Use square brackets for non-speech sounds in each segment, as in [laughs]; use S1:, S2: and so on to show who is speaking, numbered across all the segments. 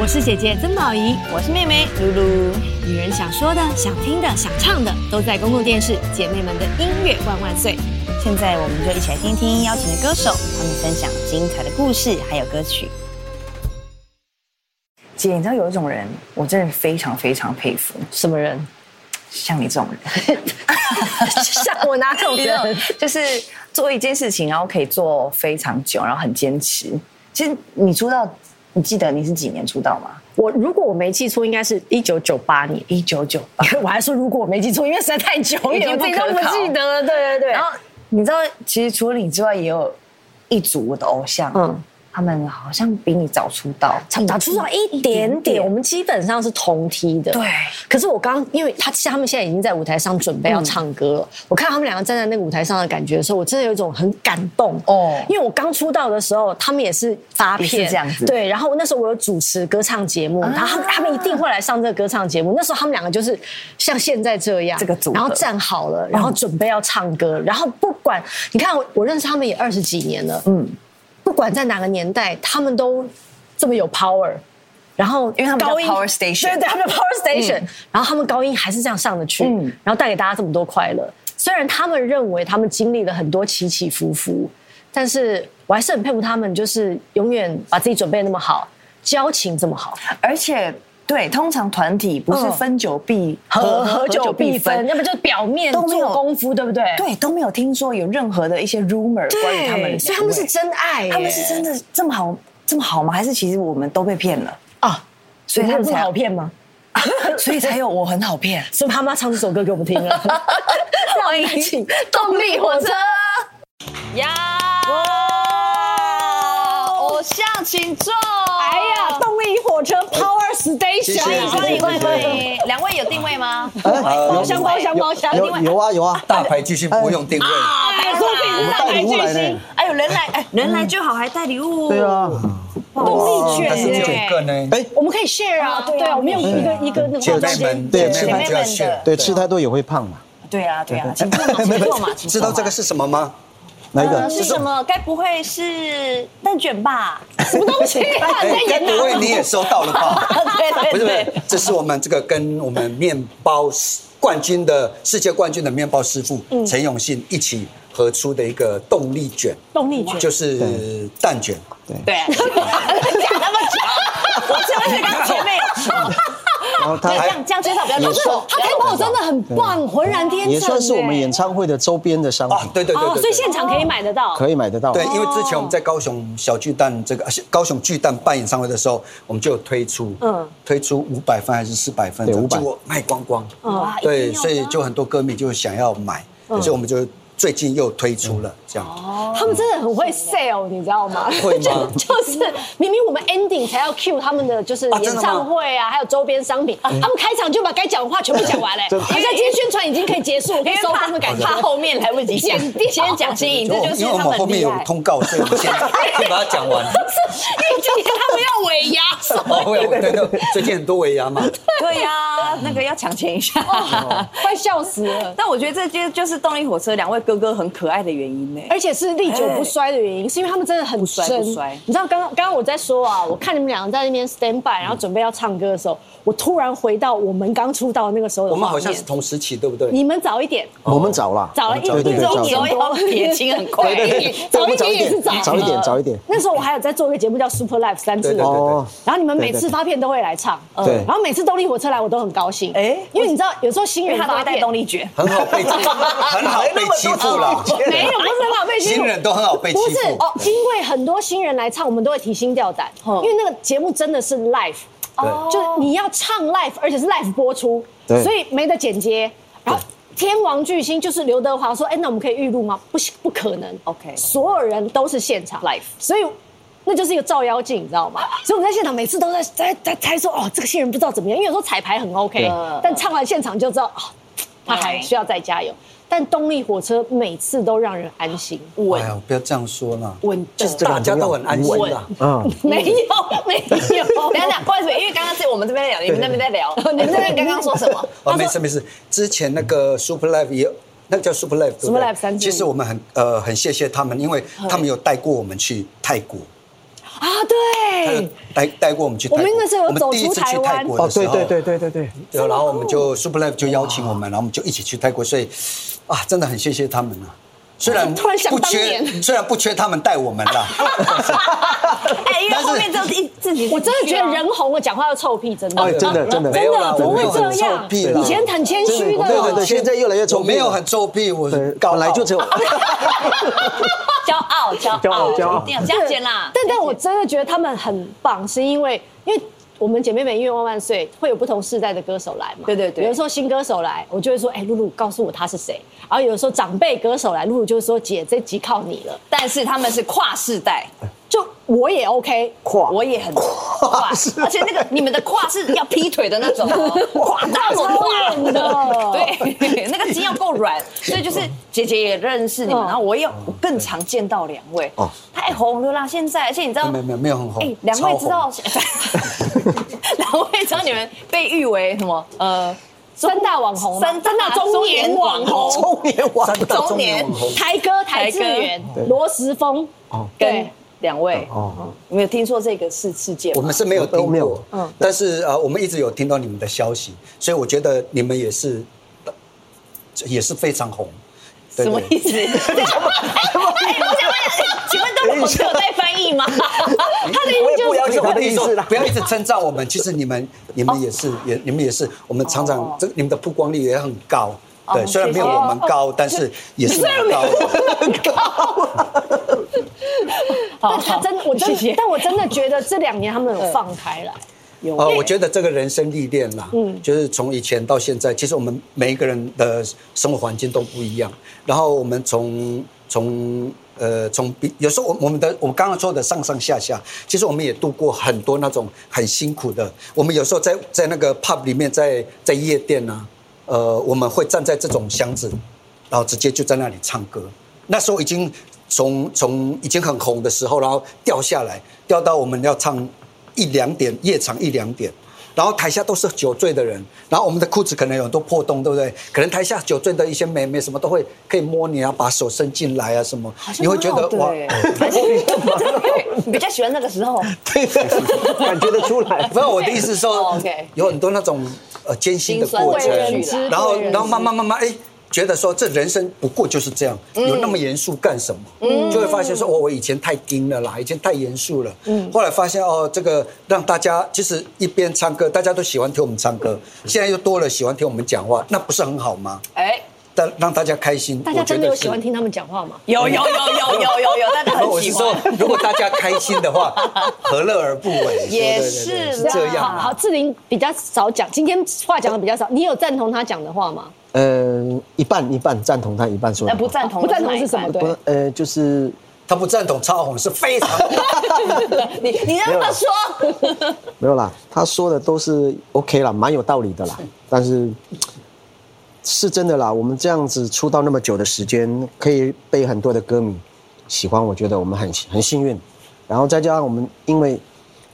S1: 我是姐姐曾宝仪，
S2: 我是妹妹露露。
S1: 女人想说的、想听的、想唱的，都在公共电视。姐妹们的音乐万万岁！
S2: 现在我们就一起来听听邀请的歌手，他们分享精彩的故事还有歌曲。姐，你知道有一种人，我真的非常非常佩服，
S3: 什么人？
S2: 像你这种人，
S3: [laughs] 像我哪种
S2: 你这种
S3: 人？
S2: [laughs] 就是做一件事情，然后可以做非常久，然后很坚持。其实你出道，你记得你是几年出道吗？
S3: [laughs] 我如果我没记错，应该是一九九八年。
S2: 一九九八。
S3: [laughs] 我还说如果我没记错，因为实在太久
S2: 已
S3: 远，我
S2: 经不
S3: 自己都
S2: 可
S3: 不
S2: 考
S3: 记得了。对对对。
S2: 然后你知道，其实除了你之外，也有一组我的偶像，嗯
S3: 嗯，
S2: 他们好像比你早出道，
S3: 长长出道一点点，我们基本上是同梯的。
S2: 对
S3: 可是我刚，因为他他们现在已经在舞台上准备要唱歌了，
S2: 嗯
S3: 我看他们两个站在那个舞台上的感觉的时候，我真的有一种很感动
S2: 哦
S3: 哦。因为我刚出道的时候，他们也是发
S2: 也是
S3: 片
S2: 这样子啊
S3: 对。然后那时候我有主持歌唱节目，然后他们他们一定会来上这个歌唱节目。那时候他们两个就是像现在这样
S2: 这个组合
S3: 然后站好了，然后准备要唱歌，然后不管你看我我认识他们也二十几年了，
S2: 嗯
S3: 嗯。不管在哪个年代，他们都这么有 power，然后
S2: 因为他们叫
S3: 高音
S2: power station
S3: 对对，他们 [laughs] 叫 power station，、然后嗯他们高音还是这样上得去，
S2: 嗯
S3: 然后带给大家这么多快乐。虽然他们认为他们经历了很多起起伏伏，但是我还是很佩服他们，就是永远把自己准备得那么好，交情这么好。
S2: 而且对，通常团体不是
S3: 嗯
S2: 分久必
S3: 合合久必分，。要么就是表面
S2: 都没有
S3: 做功夫，对不对？
S2: 对，都没有听说有任何的一些 rumor 关于他们两位，
S3: 所以他们是真爱耶，
S2: 他们是真的这么好这么好吗？还是其实我们都被骗
S4: [laughs]
S2: 了，
S3: 啊，
S2: 所以他们
S3: 这么
S2: 才
S3: 好骗吗？
S2: 所以才有我很好骗。
S3: 所以他妈唱这首歌给我们听啊了。让我们请动力火车。
S1: 呀！偶像请坐。哎呀，
S3: 动力火车 Power Station，
S5: 谢谢
S1: 欢迎欢迎欢迎！两位有定位吗？
S5: 包
S3: 厢包厢包厢
S5: 有有啊有啊，大牌巨星不用定位，
S1: 哎，说自己
S5: 我们带礼物来呢。
S1: 哎呦，人来哎，人来就好，还带礼物。
S5: 对，啊，
S1: 动力
S5: 但是九
S1: 券
S5: 个呢？
S6: 哎，
S3: 我们可以 share 啊，对啊，我们用一个一个
S2: 嗯
S3: 那
S5: 姐
S3: 个
S5: 妹们，
S6: 对
S5: 姐妹们就要
S2: 姐妹们
S5: 选
S2: 的。
S6: 对，吃太多也会胖嘛。
S2: 对啊对
S4: [laughs]
S2: 啊，请坐嘛，请坐嘛，请
S5: 知
S2: 坐
S5: 道
S2: 嘛
S5: 这个是什么吗？
S6: 哪一
S1: 呃，
S6: 个？
S1: 是什么？该不会是蛋卷吧？什么东西？
S5: 哎，该不会你也收到了吧？
S1: 对
S5: 不
S1: 对
S5: 是不
S1: 对
S5: 是，这是我们这个跟我们面包冠军的世界冠军的面包师傅陈永信一起合出的一个动力卷，
S3: 动力卷，
S5: 就是蛋卷。
S1: 对，讲那么久，我是不是当姐妹？
S6: 然后它
S1: 这样这样介绍比较
S6: 也
S1: 清
S6: 算
S1: 楚。
S3: 他开口真的很棒，浑然天成。
S6: 也算是我们演唱会的周边的商
S5: 啊
S6: 品，，
S5: 对对对
S3: 哦，
S5: 对
S3: 所以
S5: 对。
S3: 现场可以买得到。
S6: 可以买得到。
S5: 对，因为之前我们在高雄小巨蛋这个呃高雄巨蛋办演唱会的时候，我们就有推出，嗯
S3: 嗯，
S5: 推出五百份还是四百份，
S6: 对500
S5: 结果卖光光，
S3: 哦
S1: 哇啊一
S5: 对，
S1: 定要
S5: 所以就很多歌迷就想要买，所以我们就最近又推出了这样。
S3: 他们真的很会 sell，你知道吗？
S5: 会吗
S3: 就 [laughs] 就是明明我们 ending 才要 cue 他们的就是
S5: 啊真
S3: 演
S5: 的吗嗯
S3: 唱会啊，还有周边商品，他们开场就把该讲的话全部讲完嘞，好像今天宣传已经可以结束，我可以收工的感觉。
S1: 怕后面来不及讲，先讲新颖，这
S5: 我
S1: 就
S5: 们
S1: 是
S5: 哦因为我
S1: 他
S5: 们
S1: 们
S5: 后面有 [laughs] 通告，所以我们先先把它讲完。
S1: 因为今天他们要尾牙，所以
S5: 哦，对对对，最近很多尾牙嘛，
S4: 对呀、
S3: [laughs]
S4: 那个要抢钱一下。
S3: 哦快笑死了。
S4: 但我觉得这就就是动力火车两位哥哥很可爱的原因呢。
S2: [laughs]
S3: 而且是历久不衰的原因，是因为他们真的很不
S4: 衰哎不衰
S3: 你知道刚刚刚刚我在说啊，我看你们两个在那边 stand by，然后准备要唱歌的时候，我突然回到我们刚出道那个时候的
S5: 我们
S3: 画
S5: 好像
S3: 面
S5: 是。同时期，对不对？
S3: 你们早一点，
S6: 我们早啦，
S3: 早了一
S6: 我们
S3: 对
S6: 对
S3: 对
S6: 对
S3: 一
S6: 对，
S3: 年
S6: 早。
S3: 多，
S4: 撇清很 [laughs] 快
S3: 对对对早一点也是早，
S6: 早一点早一点
S3: 那时候我还有在做一个节目叫 Super Life 三
S5: 对
S3: 字
S5: 对对
S3: 龙，
S6: 哦，
S3: 然后你们每次发片都会来唱，嗯
S6: 对
S3: 然后每次动力火车来我都很高兴，
S4: 哎
S3: 哎，因为你知道有时候新
S4: 因为
S3: 人
S4: 他都
S3: 发
S4: 会带
S3: 片
S4: 动力卷。
S5: 很好被很好被欺负了，
S3: 没有不是很好被欺负
S5: 新人都很好被欺
S3: 不是
S5: 负。
S3: 哦，因为很多新人来唱，我们都会提心吊胆，因为那个节目真的是 live，
S5: 嗯对
S3: 就是你要唱 live，而且是 live 播出，
S6: 对
S3: 所以没得剪接。然后天王巨星就是刘德华说：“哎，那我们可以预录吗？”不行，不可能。
S4: OK
S3: 所有人都是现场
S4: Live
S3: 所以。那就是一个照妖镜，你知道吗？所以我们在现场每次都在在在猜说，哦，这个新人不知道怎么样，因为有时候彩排很 OK，
S4: 嗯
S3: 但唱完现场就知道，哦，他还需要再加油。但动力火车每次都让人安心，
S5: 哎呀，不要这样说啦，
S4: 稳
S5: 其实大家都很安心啦。
S6: 嗯，
S3: [laughs] 没有没有，
S4: 等一下，不好意思，因为刚刚是我们这边在聊，你们那边在
S2: [laughs]
S4: 聊，你们那边刚刚说什 [laughs] 么？
S5: 哦，没事没事，之前那个 Super Live 也有。那个叫 Super Live，对不
S3: Super
S5: 对
S3: Live 三？
S5: 其实我们很呃很谢谢他们，因为他们有带过我们去泰国，
S3: 啊，
S5: 他
S3: 对
S5: 就，带带过我们去泰
S3: 我
S5: 国，
S3: 们那时候有走
S5: 我们第一
S3: 出
S5: 次去
S3: 台湾
S5: 泰国
S6: 哦
S5: 的，时
S6: 对
S5: 候，
S6: 对对对对对，
S5: 对，然后我们就 Super Life 就邀请我们，然后我们就一起去泰国，所以啊，真的很谢谢他们啊。虽
S3: [laughs]
S5: 然
S3: 突然想
S5: 不
S3: 当
S5: 缺，
S3: 年
S5: 虽然不缺他们带我
S3: [laughs]
S5: 们啦，
S7: 哎，因为后面就一自己，
S3: 我真
S2: 啊
S3: 的觉
S4: 啊
S3: 得人红了讲话要臭屁，真的
S5: 哦
S6: 哎，。真的真的，
S5: 没
S3: 真
S5: 有
S3: 的
S5: 啦
S3: 怎么会
S5: 我没有很
S3: 这样
S5: 臭屁啦
S3: 以前很谦虚的
S6: 对对对，现在越来越
S5: 我
S6: 聪明
S5: 没
S6: 了
S5: 有很臭屁，我
S6: 对，
S5: 高傲
S6: 本来就只有，
S1: 骄傲，骄
S6: 骄傲骄傲
S1: 一定要加减啦。
S3: 但但我真的觉得他们很棒，是因为因为我们姐妹们音乐万万岁会有不同世代的歌手来嘛。
S1: 对对对
S3: 有的时候新歌手来，我就会说，哎、露露告诉我他是谁。然后有的时候长辈歌手来，露露就会说，姐这集靠你了。
S1: 但是他们是跨世代，
S3: 就我也 OK，
S6: 跨
S1: 我也很跨，而且那个你们的跨是要劈腿的那种哦，跨那么跨
S3: 真的
S1: 对，那个筋要
S4: [laughs]
S1: 够软，所以就是姐姐也认识你们，
S3: 嗯
S1: 然后我也我更常见到两位
S6: 哦，
S1: 太红了啦！现在，而且你知道
S5: 没有没有没有很红
S1: 哎，两位知
S5: 哦超
S1: 道， [laughs] 两位知道你们被誉为什么？呃，
S3: 三大网红嘛，
S1: 三大
S3: 中年网
S1: 中年网
S3: 红，
S6: 中年网
S5: 三大 [laughs] 中年网红，
S3: 台哥、台志远
S1: 台
S6: 哥、
S3: 罗时丰，
S1: 跟
S3: 对
S1: 两位，
S6: 哦，
S1: 你们有听说这个事事件
S5: 我
S1: 吗？
S5: 们是没有
S6: 都
S5: 听
S6: 没有
S5: 过，但是啊，呃我们一直有听到你们的消息，所以我觉得你们也是，呃也是非常红。对
S1: 什么
S5: 对 [laughs]
S1: 意思？哎，我想问，请问都我们有在翻
S5: [laughs]
S1: 译吗？
S3: 他的意
S6: 我
S3: 思
S6: 也
S3: 就是
S6: 不了解我的意思啦
S5: 不。要一直称赞我们，其实你们你们也是也你们也是，我们常常这个你们的曝光率也很高。对，虽然没有我们高，但是也是蛮高的。
S3: 但他真的，我真的，但我真的觉得这两年他们有放开来。
S5: 呃，嗯我觉得这个人生历练啦，就是从以前到现在，其实我们每一个人的生活环境都不一样。然后我们从从呃从比，有时候我我们的我们刚刚说的上上下下，其实我们也度过很多那种很辛苦的。我们有时候在在那个 pub 里面，在在夜店啊，呃，我们会站在这种箱子，然后直接就在那里唱歌。那时候已经从从已经很红的时候，然后掉下来，掉到我们要唱一两点，夜场一两点。然后台下都是酒醉的人，然后我们的裤子可能有很多破洞，对不对？可能台下酒醉的一些妹妹什么都会可以摸你啊，把手伸进来啊什么，你会觉得哇，哦
S1: [laughs] 你比较喜欢那个时
S5: [laughs]
S1: 候，
S6: 对， [laughs] 感觉得出来
S5: 不。是我的意思是说
S1: 哦，OK，
S5: 有很多那种呃艰辛的
S1: 辛酸
S5: 过
S1: 未人知
S5: 程，然后
S3: 未人知
S5: 然后慢慢慢慢哎。觉得说这人生不过就是这样，
S1: 嗯
S5: 有那么严肃干什么？就会发现说，哦，我以前太盯了啦，以前太严肃了。
S1: 嗯
S5: 后来发现哦，这个让大家其实一边唱歌，大家都喜欢听我们唱歌，现在又多了喜欢听我们讲话，那不是很好吗？
S1: 哎，
S5: 但让大家开心，
S3: 大家
S5: 我觉
S3: 真的
S5: 得
S3: 有
S5: 是
S3: 喜欢听他们讲话吗？
S1: 有有有有有有有，大家
S5: 我
S1: 很
S5: 是
S1: 喜
S5: 说
S1: 欢。，
S5: 如果大家开心
S1: [laughs]
S5: 的话，何乐而不为？
S1: 也
S5: 对对对
S1: 是
S5: 是这样
S3: 好好，
S5: 啊。
S3: 志玲比较少讲，今天话讲的比较少。你有赞同他讲的话吗？
S6: 嗯，一半一半赞同他，一半说
S1: 那不赞同，
S3: 哦不赞同是什么？？对，
S6: 不呃，就是
S5: 他不赞同超红是非常
S1: 你你让他说，
S6: 没有啦，他说的都是 OK 啦，蛮有道理的啦。但是是真的啦，我们这样子出道那么久的时间，可以被很多的歌迷喜欢，我觉得我们很很幸运。然后再加上我们，因为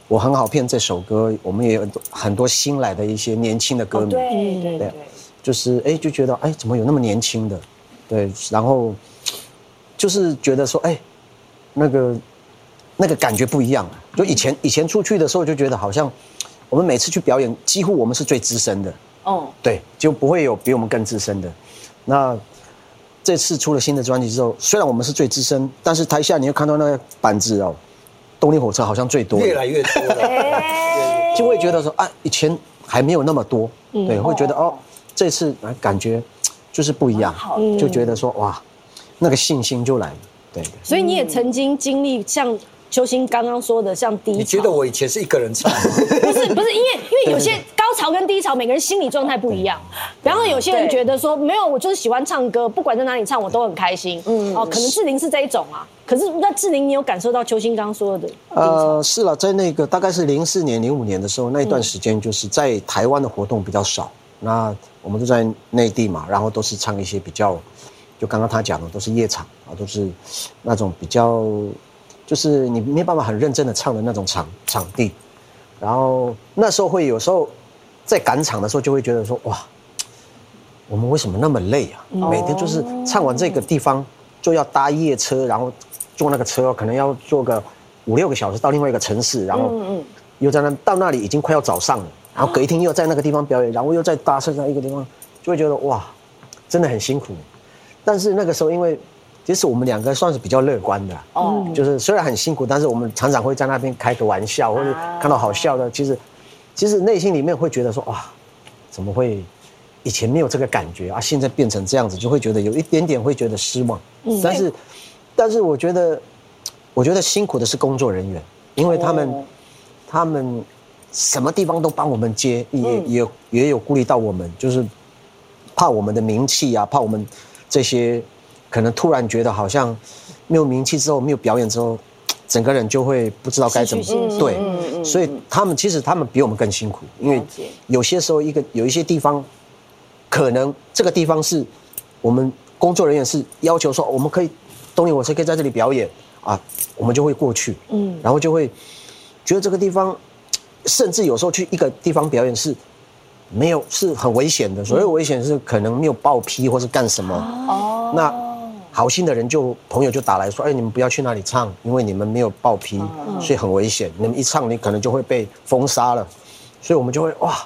S6: 我很好骗这首歌，我们也有很多很多新来的一些年轻的歌迷，
S1: 对
S3: 嗯
S5: 嗯
S1: 对
S6: 对，就是哎就觉得哎怎么有那么年轻的，对，然后就是觉得说哎那个那个感觉不一样啊。就以前以前出去的时候就觉得好像我们每次去表演，几乎我们是最资深的，
S1: 哦，
S6: 对，就不会有比我们更资深的。那这次出了新的专辑之后，虽然我们是最资深，但是台下你又看到那个板子哦，动力火车好像最多的，
S5: 越来越多了。
S6: 就会觉得说啊，以前还没有那么多，对，会觉得哦，这次啊感觉就是不一样，就觉得说哇，那个信心就来了，对对。
S3: 所以你也曾经经历像邱星刚刚说的，像低潮。
S5: 你觉得我以前是一个人唱，
S3: 不是不是，因为因为有些高潮跟低潮，每个人心理状态不一样。然后有些人觉得说，没有，我就是喜欢唱歌，不管在哪里唱，我都很开心。嗯，哦，可能志玲是这一种啊。可是那志玲，你有感受到邱星刚说的低潮？
S6: 呃，是了，在那个大概是零四年、零五年的时候，那一段时间就是在台湾的活动比较少，那我们都在内地嘛，然后都是唱一些比较，就刚刚他讲的都是夜场啊，都是那种比较，就是你没办法很认真的唱的那种场场地，然后那时候会有时候在赶场的时候就会觉得说哇，我们为什么那么累啊？每天就是唱完这个地方就要搭夜车，然后坐那个车可能要坐个五六个小时到另外一个城市，然后又在那到那里已经快要早上了，然后隔一天又在那个地方表演，然后又再搭车到一个地方，就会觉得哇，真的很辛苦。但是那个时候因为。其实我们两个算是比较乐观的，哦，就是虽然很辛苦，但是我们常常会在那边开个玩笑，或者看到好笑的，其实，其实内心里面会觉得说哇，怎么会以前没有这个感觉啊，现在变成这样子，就会觉得有一点点会觉得失望。但是，但是我觉得，我觉得辛苦的是工作人员，因为他们，他们什么地方都帮我们接，也也也有顾虑到我们，就是怕我们的名气啊，怕我们这些可能突然觉得好像没有名气之后，没有表演之后，整个人就会不知道该怎么
S3: 失去信心嗯
S6: 对，所以他们其实他们比我们更辛苦，因为
S8: 了解
S6: 有些时候一个有一些地方可能这个地方是我们工作人员是要求说，哦我们可以东尼我是可以在这里表演啊，我们就会过去，嗯，然后就会觉得这个地方，甚至有时候去一个地方表演是没有是很危险的，所谓危险是可能没有报批或是干什么，哦，那好心的人就朋友就打来说，哎，你们不要去那里唱，因为你们没有报批，所以很危险，你们一唱你可能就会被封杀了，所以我们就会哇。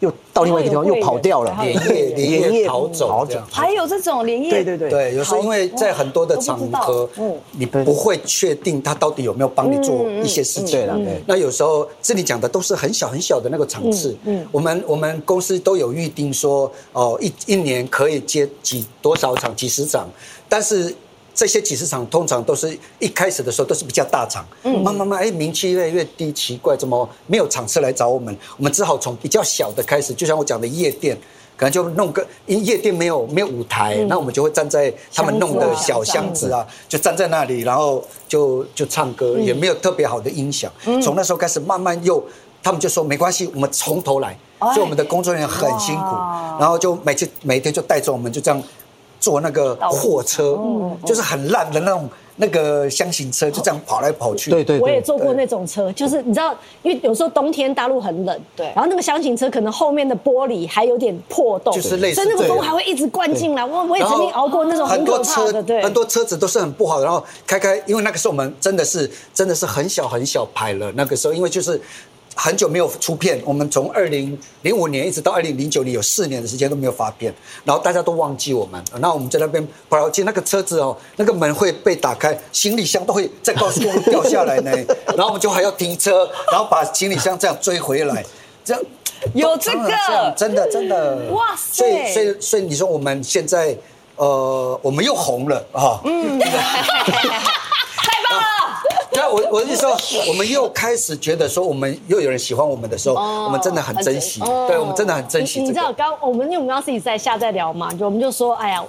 S6: 又到另外一个地方，又跑掉了，
S5: 连夜连夜逃走这样。
S8: 还有这种连夜
S6: 对对对
S5: 对，有时候因为在很多的场合，你不会确定他到底有没有帮你做一些事情。啊
S6: 嗯嗯嗯对啦对
S5: 那有时候这里讲的都是很小很小的那个场次。我们我们公司都有预定说，哦，一一年可以接几多少场，几十场，但是。这些几十场通常都是一开始的时候都是比较大场，慢慢慢慢哎名气越来越低，奇怪怎么没有场次来找我们？我们只好从比较小的开始，就像我讲的夜店，可能就弄个因为夜店没有没有舞台，那我们就会站在他们弄的小巷嗯子嗯啊，就站在那里，然后就就唱歌，也没有特别好的音响。从那时候开始，慢慢又他们就说没关系，我们从头来。所以我们的工作人员很辛苦，然后就每次每天就带着我们就这样坐那个货车，就是很烂的那种那个箱型车，就这样跑来跑去。
S6: 对对
S3: 我
S6: 对
S3: 也坐过那种车，就是你知道，因为有时候冬天大陆很冷，对，然后那个箱型车可能后面的玻璃还有点破洞，
S5: 就是类似
S3: 所以那个
S5: 这
S3: 风
S5: 样
S3: 还会一直灌进来。我我也
S5: 然
S3: 曾
S5: 后
S3: 经熬过那种
S5: 很
S3: 很
S5: 多
S3: 可怕
S5: 车
S3: 的，对，
S5: 很多车子都是很不好的，然后开开，因为那个时候我们真的是真的是很小很小排了，那个时候因为就是。很久没有出片，我们从二零零五年一直到二零零九年，有四年的时间都没有发片，然后大家都忘记我们，那我们在那边跑来跑去，那个车子哦，那个门会被打开，行李箱都会在高速公路掉
S3: [laughs]
S5: 下来呢，然后我们就还要停车，然后把行李箱这样追回来，这样
S8: 有这个
S5: 当然真的真的，嗯哇塞！所以所以所以你说我们现在，呃，我们又红了啊， [laughs] 嗯，太棒了。对，我我是说，我们又开始觉得说，我们又有人喜欢我们的时候，我们真的哦
S3: 哦
S5: 很珍惜，哦对，我们真的很珍惜
S3: 你
S5: 这
S3: 你知道
S5: 个。
S3: 刚我们因为我们刚自己在下在聊嘛，就我们就说，哎呀，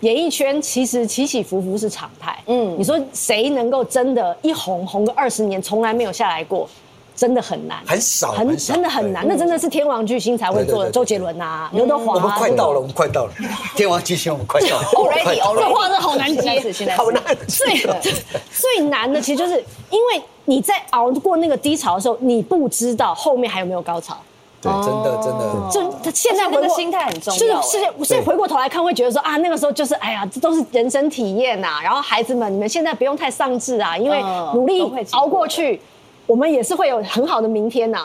S3: 演艺圈其实起起伏伏是常态。嗯，你说谁能够真的，一红红个二十年，从来没有下来过，真的很难，
S5: 很少
S3: 很
S5: 很少
S3: 真的很难，那真的是天王巨星才会做
S5: 对对对
S3: 的，
S5: 对嗯
S3: 周杰伦啊，刘德华啊。
S5: 我们快到
S3: 这
S5: 了，
S3: 种
S5: 我们快 [laughs] 到了，天王巨星，我们快到了。快到
S1: Already
S5: 了
S3: 嗯
S1: already，
S3: 这话真的好难接
S1: 现在是现在是
S6: 好
S5: [laughs]
S6: 难
S3: 最最难的其实就是因为你在熬过那个低潮的时候，你不知道后面还有没有高潮。
S5: 对，真的真的。
S3: 就他现在
S1: 而
S3: 回
S1: 且那
S3: 过
S1: 个心态很重要
S3: 就是
S1: 哎
S3: 是所以回过头来看，会觉得说啊，那个时候就是哎呀，这都是人生体验呐、然后孩子们，你们现在不用太丧志啊，因为
S1: 嗯
S3: 努力
S1: 都会经过
S3: 熬过去，我们也是会有很好的明天呐、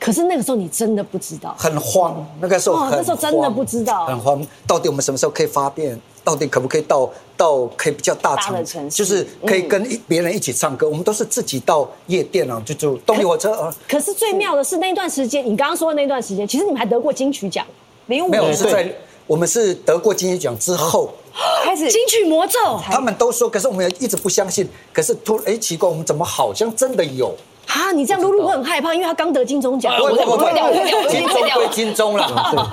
S3: 可是那个时候你真的不知道，
S5: 很慌，那个时候
S3: 哦
S5: 很
S3: 那时候真的
S5: 慌
S3: 不知道
S5: 很慌，到底我们什么时候可以发电？到底可不可以到到可以比较大
S1: 大
S5: 场
S1: 的城，市
S5: 就是可以跟一别人一起唱歌？我们都是自己到夜店啊，就就动力火车啊，
S3: 可是最妙的是那段时间，你刚刚说的那段时间，其实你们还得过金曲奖，
S1: 零五
S5: 没有
S1: 年
S5: 是在我们是得过金曲奖之后，
S1: 开始
S3: 金曲魔咒，
S5: 他们都说，可是我们一直不相信，可是突哎奇怪，我们怎么好像真的有？
S3: 啊，你这样露露会很害怕，因为她刚得金钟奖。
S1: 我我退掉我退掉我退
S5: 金
S1: 掉
S5: 钟归金钟了，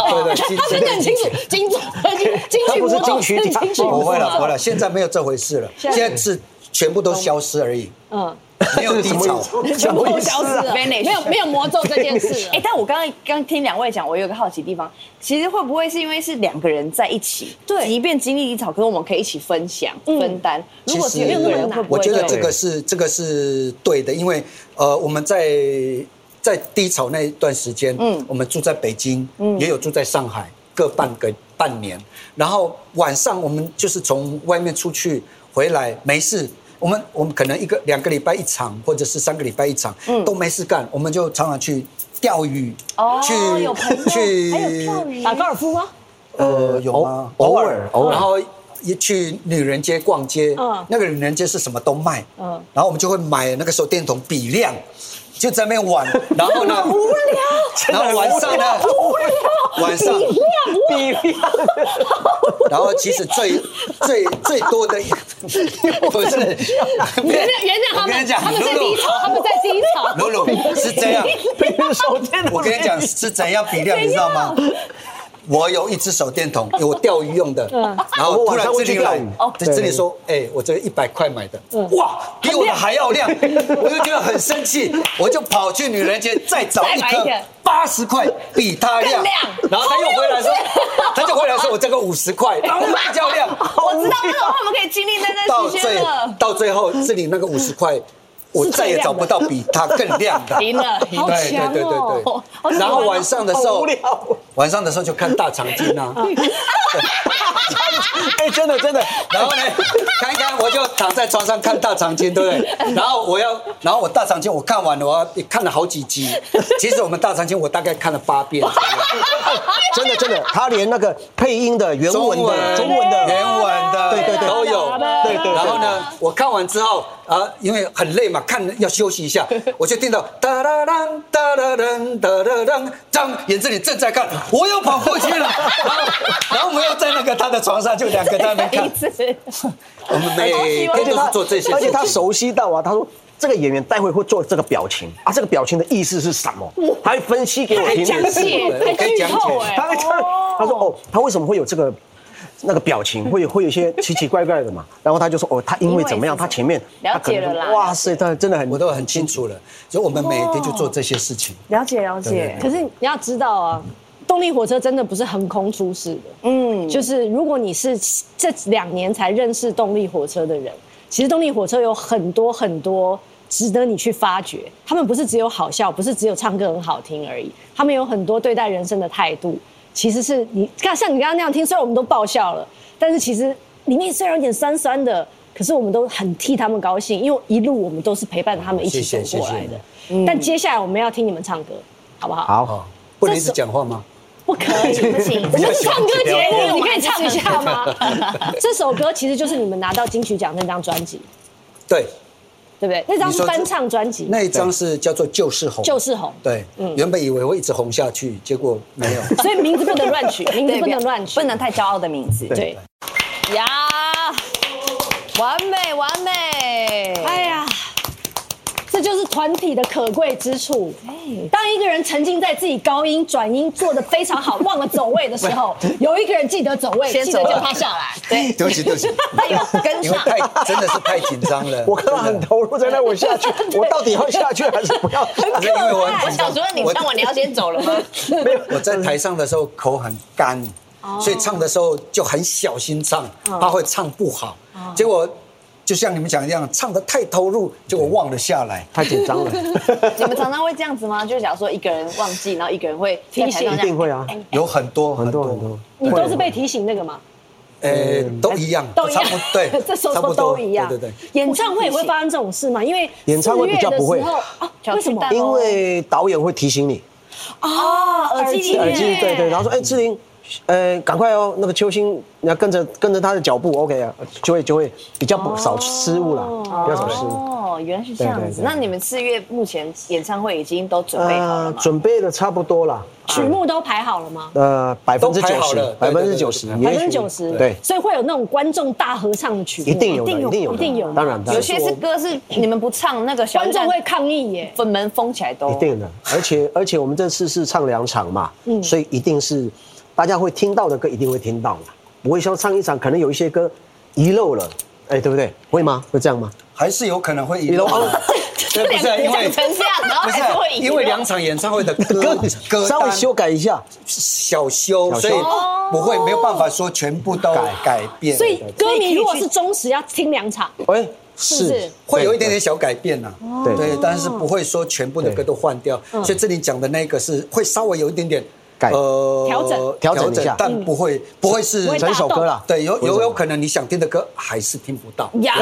S5: 对对，金
S1: 真的很清楚，金钟金金
S6: 他
S1: 曲
S6: 不是
S1: 魔咒
S6: 金曲奖
S1: 金曲
S5: 不
S1: 魔
S5: 会了，不
S1: 咒
S5: 会了，现在没有这回事了，现在是全部都消失而已，
S3: 嗯，
S5: 没有低潮。 [laughs]
S1: 全部都消失
S6: [laughs]
S1: 了，
S8: Vanish
S1: 没有没有魔咒这件事 [laughs] 了。哎，但我刚刚刚听两位讲，我有一个好奇地方，其实会不会是因为是两个人在一起，
S3: 对
S1: 即便经历低潮，可是我们可以一起分享分担。如果只有
S5: 其实
S1: 一个人，会不
S5: 我
S1: 会
S5: 觉得
S1: 就
S5: 这个是这个是对的，因为呃，我们在在低潮那一段时间，嗯，我们住在北京，嗯，也有住在上海，各半个半年。然后晚上我们就是从外面出去回来，没事。我们我们可能一个两个礼拜一场，或者是三个礼拜一场，
S1: 嗯
S5: 都没事干，我们就常常去钓鱼，去
S1: 哦有朋友
S5: 去
S1: 还有钓鱼，
S3: 打高尔夫吗？
S5: 呃，有吗？
S6: 偶偶尔偶尔
S5: 然后一去女人街逛街，
S3: 嗯
S5: 那个女人街是什么都卖，
S3: 嗯
S5: 然后我们就会买那个时候电筒比量。就在那边
S6: [laughs]
S5: 玩，然后呢？无聊。然后晚上呢？无聊。晚上。然后其实最最最多的，
S3: [laughs]
S5: 不是。
S3: 原谅原谅他
S5: 我跟
S3: 们，
S5: 你讲
S3: 他们在
S5: 露
S3: 低
S5: 露
S1: [laughs]
S3: 潮，他们在低潮。
S5: 露露是这样， [laughs] 我跟
S1: [laughs]
S5: 你讲是怎样比量，你知道吗？我有一只手电筒，有我钓鱼用的，
S1: 嗯
S5: 然后突然这里来
S6: 哦，
S5: 在这里说，哎，我这一百块买的，
S1: 嗯
S5: 哇，比我的还要亮， [laughs] 我就觉得很生气，我就跑去女人街再找一
S1: 再买一
S5: 颗
S1: 个
S5: 八十块，比它亮，然后他又回来说，他就回来说我这个五十块，然后比较亮，
S1: [laughs] 我知道为什么他们可以经历那段
S5: 到
S1: 时间
S5: 最
S1: 了。
S5: 到最后这里那个五
S3: [laughs]
S5: 十块，我再也找不到比它更亮的。
S1: 赢了，赢
S3: 好
S1: 了
S5: 对
S3: 强
S5: 对对对
S3: 哦！
S5: 对， [laughs] 然后晚上的时候，晚上的时候就看大长今
S3: [laughs]
S5: 啊， [laughs]
S6: 哎，真的真的，
S5: 然后呢，看一看我就躺在床上看大长今，对不
S3: [laughs]
S5: 对？然后我要，然后我大长今我看完了，我要看了好几集。其实我们大长今我大概看了八遍左右，
S6: 真的真的，他连那个配音的原文的中文的，
S5: 原文的，
S6: 对对对
S5: 都有。
S6: 对对对
S5: 然后呢，我看完之后啊，因为很累嘛，看要休息一
S6: [laughs]
S5: 下，我就听到哒啦啦哒啦啦哒啦啦，张眼这里正在看，我又跑过去了，
S6: [laughs]
S5: 然后然后我们又在那个他的床上就两个在那边
S6: [laughs]
S5: 看， [laughs] 我们每天都是做这些
S6: 而且
S5: 事
S6: 他
S5: 情。
S6: 熟悉到啊，他说。这个演员待会会做这个表情啊，这个表情的意思是什么？他还分析给我听。
S5: 对我可以讲解，
S6: [laughs] 他会唱，他说哦，他为什么会有这个那个表情，会会有一些奇奇怪怪的嘛？然后他就说哦，他因为怎么样，他前面
S1: 了
S6: 他可能
S1: 解了啦
S6: 就哇塞，他真的很
S5: 我都很清楚了，所以我们每天就做这些事情。
S1: 了解了解，
S3: 可是你要知道啊，动力火车真的不是横空出世的。嗯，就是如果你是这两年才认识动力火车的人，其实动力火车有很多很多值得你去发掘。他们不是只有好笑，不是只有唱歌很好听而已，他们有很多对待人生的态度。其实是你看，像你刚刚那样听，虽然我们都爆笑了，但是其实里面虽然有点酸酸的，可是我们都很替他们高兴，因为一路我们都是陪伴他们一起走
S5: 谢谢
S3: 过来
S5: 谢谢
S3: 的。但接下来我们要听你们唱歌，好不好？嗯好。
S6: 好
S5: 哦，不能一直讲话吗？
S3: 不可
S1: [laughs]
S3: 以，不行，我们是唱歌节目，你可以唱一下
S1: [laughs]
S3: 吗？这首歌其实就是你们拿到金曲奖那张专辑，
S5: 对，
S3: 对不对？那张
S5: 你
S3: 是
S5: 说这
S3: 翻唱专辑，
S5: 那一张是叫做《旧世红》，
S3: 就是红，
S5: 对，原本以为会一直红下去，结果没有。
S3: 所以名字不能乱
S1: [laughs]
S3: 取，名字
S1: 对
S3: 不能乱取，
S1: 不能太骄傲的名字。
S3: 对。
S1: 呀，完美完美，
S3: 哎呀，这就是团体的可贵之处。当一个人沉浸在自己高音转音做的非常好，忘了走位的时 [laughs] 候，有一个人记得走位，
S1: 先
S3: 记得
S1: 走
S3: 叫
S1: 了
S3: 他下来。
S1: [laughs]
S3: [laughs]
S1: 对，
S5: 对不起，对不起，
S1: 他有跟
S5: 因为
S1: 上。
S5: 太真的是太紧张了。
S6: [laughs] 我看到很投入在那，我下去，我到底要下去还是不要？
S5: 真的，因为我很
S1: 我
S5: 紧
S1: 想
S5: 张。
S1: 说，你当我你要先走了吗？
S5: 我在台上的时候口很干，所以唱的时候就很小心唱，怕会唱不好。结果就像你们讲一样，唱的太投入，结果忘了下来。
S6: 太紧张了，
S1: [laughs] 你们常常会这样子吗？就是假如说一个人忘记，然后一个人会
S3: 提醒
S6: 一定会啊，
S5: 有很多
S6: 很多很多，。嗯
S3: 你都是被提醒那个吗？
S5: 呃，都一样，
S3: 都一样
S5: 差不多，对
S3: [laughs] ，这时
S5: 差
S3: 候
S5: 不
S3: 都
S5: 多
S3: 一样。
S5: 对对对。
S3: 演唱会也会发生这种事吗？因为
S6: 演唱会比较不会
S3: 四月的时候啊，为什么
S1: 小巨蛋
S6: 因为导演会提醒你
S3: 啊？耳机
S6: 耳机，对对，然后说哎，志玲。呃，赶快哦！那个秋兴，你要跟着跟着他的脚步，OK 啊，就会就会比较
S3: 哦
S6: 不少失误啦，比较少失误。
S1: 哦，原来是这样
S6: 对对
S1: 子。
S6: 对
S1: 那你们四月目前演唱会已经都准备好了
S6: 呃，
S1: 吗？
S6: 准备的差不多了，
S3: 曲目都排好了吗？
S6: 呃，百分之
S5: 都排
S6: 九
S5: 好
S6: 十
S5: 了，
S6: 百
S5: 对
S6: 分
S5: 对
S6: 之
S5: 对
S6: 九十，
S3: 百
S6: 也
S3: 分
S6: 许
S3: 之九十，
S6: 对，
S3: 所以会有那种观众大合唱的曲目，
S6: 一定有的，一定有的，
S3: 一定有，
S6: 当然，当
S1: 有
S6: 然，
S1: 些是歌是你们不唱，那个小
S3: 观众
S1: 蛋
S3: 会抗议耶。
S1: 粉门封起来都
S6: 一定的。而且而且我们这次是唱两场嘛，
S3: 嗯
S6: 所以一定是大家会听到的歌，一定会听到嘛，不会说唱一场，可能有一些歌遗漏了。哎，对不对？会吗？会这样吗？
S5: 还是有可能会遗漏
S6: 遗漏，
S5: [laughs] 对，不是
S3: [laughs]
S5: 啊因
S1: 讲
S5: 为
S1: 成这样，然后
S5: 不是
S1: 哦
S5: 啊
S1: 还是会赢。
S5: 因为两场演唱会的
S6: [laughs]
S5: 歌歌
S6: 稍微
S5: 单
S6: 修改一下，
S5: 小修，
S6: 小
S5: 所
S6: 修哦
S5: 以不会没有办法说全部都改变，
S3: 所以歌迷如果
S1: 所以可以去
S3: 是忠实，要听两场，
S6: 哎，
S3: 是不是
S6: 是
S5: 会有一点点小改变呐、啊，
S6: 对
S5: 对，但是不会说全部的歌都换掉，所以这里讲的那个是会稍微有一点点
S6: 改
S5: 呃
S3: 调整
S6: 调整一下
S1: 嗯
S5: 但不会不会是
S3: 不会大
S6: 整首歌啦，
S5: 对，有
S6: 不会
S5: 有
S6: 整
S5: 有可能你想听的歌还是听不到，
S1: 呀，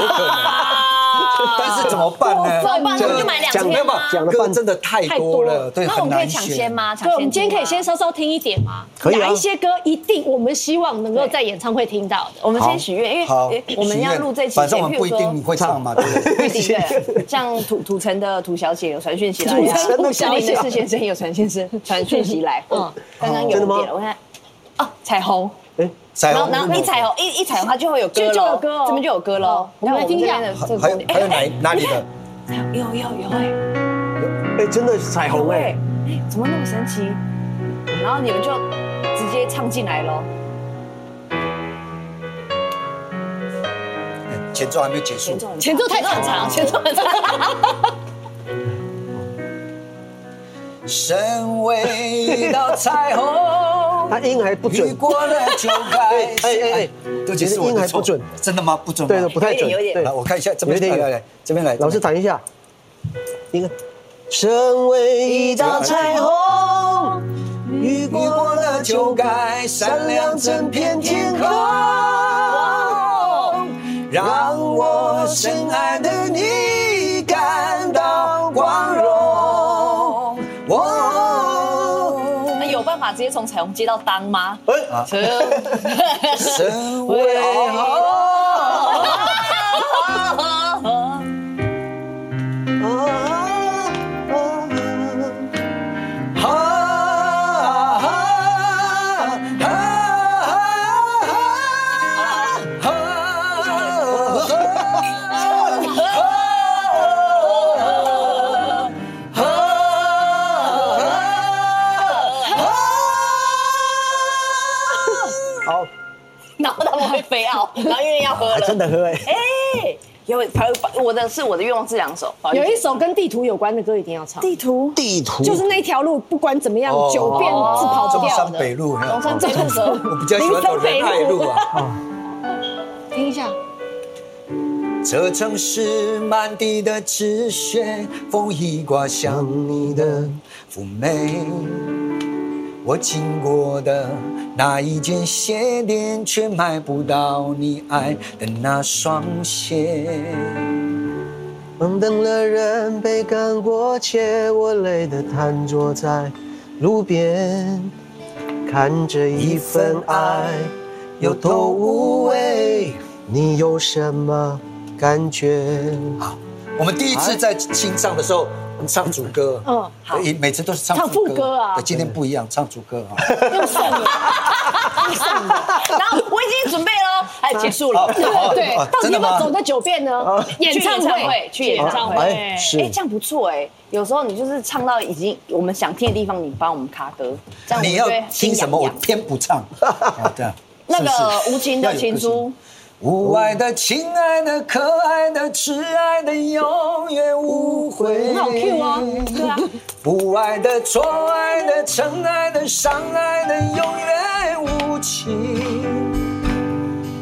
S5: 但是怎么办呢？
S1: 过分那我们就买两
S6: 讲
S1: 天
S6: 的
S1: 吗
S6: 讲了
S5: 歌
S6: 半
S5: 真的太多了，对，
S1: 那我
S5: 很
S1: 们可以
S5: 难
S1: 抢先
S5: 选。
S1: 吗？抢
S3: [laughs] 对，
S1: 先
S3: 我们今天可以
S1: 听吗
S3: 先稍稍听一点吗？
S6: 可以啊
S3: 哪一些歌一定我们希望能够
S1: 对
S3: 在演唱会听到的？
S1: 我们先许愿，因为
S5: 好
S1: 诶，我们要录这期，
S5: 反正我们不一
S1: 譬如
S5: 定
S1: 说
S5: 会唱嘛，对不对？
S1: [laughs] 不一定对，像土土城的土小姐有传讯息来，
S3: 土城土
S1: [laughs]
S3: 小姐
S1: 士林先生有传
S3: [laughs]
S1: 先生传讯息来，嗯，刚刚有
S6: 真的吗
S1: 点了，我看哦，彩虹，
S5: 彩
S1: 然后
S5: 虹
S1: 然后一彩虹一一彩虹，它就会有歌
S3: 就
S1: 咯
S3: 就有歌哦
S1: 这边就有歌喽
S3: 好。我们来听一下
S1: 那我们这
S5: 还
S1: 边的
S5: 有
S1: 这个
S5: 还有哪哪里的？
S1: 有有有哎
S6: 哎、真的是彩虹哎、
S1: 哎哎，怎么那么神奇？哎然后你们就直接唱进来喽。
S5: 前奏还没结束
S1: 前，
S3: 前
S1: 奏很
S3: 奏太长长，前奏很长。
S5: 身为一道彩虹，
S6: 他音还不
S5: 雨
S6: 准，
S5: 过了就该。
S6: 哎哎哎
S5: 对不起，是我
S6: 你的音
S5: 的
S6: 还
S5: 错
S6: 不准，
S5: 真的吗？不准吗？
S6: 对的，不太准。
S1: 有一点
S6: 对
S5: 来，我看一下这边
S6: 有一
S5: 来
S6: 点
S5: 来来，这边来，
S6: 老师
S5: 这边
S6: 弹一下，应该。身为一道彩虹，雨
S5: 雨过
S6: 过
S5: 了
S6: 了
S5: 就
S6: 就
S5: 该
S6: 该
S5: 闪
S6: 闪
S5: 亮
S6: 亮
S5: 整
S6: 整
S5: 片
S6: 片
S5: 天
S6: 天
S5: 空哦
S6: 空，
S5: 让我深爱的你感到光荣。
S1: 那
S5: 哦，
S1: 有办法直接从彩虹接到当
S3: [laughs]
S1: 吗？
S6: 哎，
S5: 身为好，
S6: 好，
S1: 然后他们
S3: 哎
S1: [laughs] 会飞奥，然后因为要喝
S3: 啊
S6: 还
S1: 了。
S6: 真的喝哎、
S1: 哎，有我的是我的愿望这两首，不好意
S3: 有
S1: 思
S3: 一首跟地图有关的歌一定要唱，
S1: 地图
S6: 地图
S3: 就是那条路，不管怎么样，
S5: 哦
S3: 九遍是跑不
S5: 中
S3: 掉
S5: 山
S3: 的。哦
S5: 北路，哦
S1: 龙山这首歌，
S5: [laughs]
S3: [laughs]
S5: 我比较喜欢走仁爱路啊。
S3: 听一下，
S5: 这城市满地的纸屑，风一刮像你的妩媚。我经过的那一间鞋店，却买不到你爱的那双鞋。
S6: 等等了人被赶过街，我累得瘫坐在路边，看着一份爱有头无尾，你有什么感觉？
S5: 我们第一次在清唱的时候，我们唱主歌，
S3: 嗯
S5: 嗯，
S3: 好
S5: 每次都是唱
S3: 唱
S5: 主
S3: 副歌啊
S5: 对今天不一样，唱主歌啊。
S1: 然后我已经准备了，哎，结束
S3: [laughs]
S1: 了。
S3: 对
S5: 哦
S1: [laughs]
S3: 对对
S5: 哦，
S3: 到底
S5: 真的
S3: 有没有
S5: 吗
S3: 走那九遍呢？演唱会，
S1: 去演唱会
S6: 哦哎是
S5: 嗯
S1: 哎，这样不错哎。有时候你就是唱到已经我们想听的地方，你帮我们卡歌，这样我
S5: 你
S1: 们
S5: 要
S1: 就会心
S5: 听什么，
S1: 痒
S5: 我
S1: 痒
S5: 偏不
S1: [laughs]
S5: 唱。啊对啊，
S1: 那
S5: 是不是
S1: 个吴琴的情书，
S5: 无爱的、亲爱的、可爱的、挚爱的，永远无
S1: 嗯
S5: 悔。
S3: 很好 Q 啊，对啊，
S5: 不爱的、错爱的、疼爱的、伤爱的，永远无情。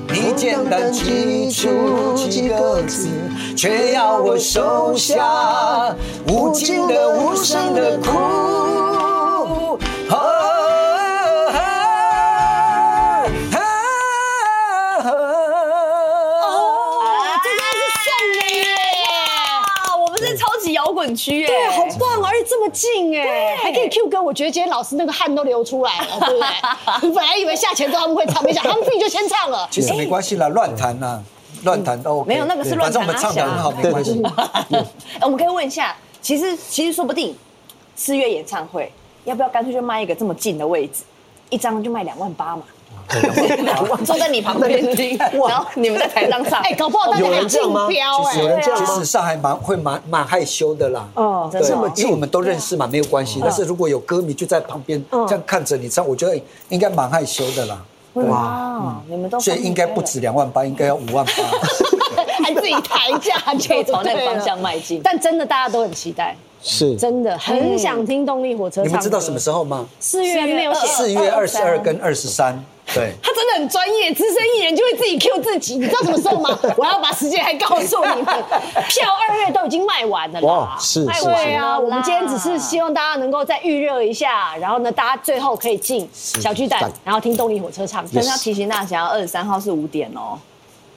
S5: 你简单记住几个字，却要我手下无尽的、无声的哭。哦
S1: 哦
S5: 啊啊啊
S1: 这真的是胜利耶！哇，我们是超级摇滚区耶，
S3: 对，好棒哦，而且这么近哎，还可以 Q 歌，我觉得今天老师那个汗都流出来
S1: [laughs]
S3: 了，对不对？本来以为下前奏他们会唱，没想到他们自己就先唱了。
S5: 其实没关系啦，乱弹啦，乱弹都
S1: 嗯
S5: OK。
S1: 没有那个是
S5: 对
S1: 乱弹啊
S5: 反正我们唱的很好，
S1: 阿
S5: 没关系。哦
S1: 哎我们可以问一下，其实其实说不定四月演唱会要不要干脆就卖一个这么近的位置，一张就卖两万八嘛？两万 [laughs] 坐在你旁边
S5: [laughs]
S1: 听，然后你们在台上唱，
S3: 哎，搞不好大家
S6: 有
S3: 还
S6: 人这样
S3: 竞
S6: 吗
S3: 标哎，
S6: 有人这样
S5: 其
S6: 吗
S5: 实？上还蛮会蛮蛮害羞的啦。
S3: 哦
S5: 对，啊
S6: 这么
S5: 因为我们都认
S3: 啊
S5: 识嘛，没有关
S3: 嗯
S5: 系。但是如果有歌迷就在旁边这样看着你唱，我觉得应该蛮害羞的啦。
S1: 哇，你们都
S5: 所以应该不止两万八，应该要五万
S3: [laughs]
S5: 八。
S3: 还自己抬价就
S1: 可以朝那
S3: 对
S1: 个
S3: 了
S1: 方向迈进。
S3: 但真的大家都很期待，
S6: 是
S3: 真的很想听动力火车唱
S5: 嗯你
S3: 歌。
S5: 们知道什么时候吗？
S3: 四月没有写，
S5: 四月二十二跟二十三。对，
S3: 他真的很专业，资深艺人就会自己 Q 自己，你知道什么时候 [laughs] 吗？我要把时间还告诉你们，票二月都已经卖完了啦
S6: 哇。是
S3: 哎
S6: 是
S3: 对啊，
S1: 是
S3: 我们今天只是希望大家能够再预热一下，然后呢，大家最后可以进小巨蛋
S6: 是，
S3: 然后听动力火车唱歌。
S1: 但是要提醒大家，二十三号是五点哦，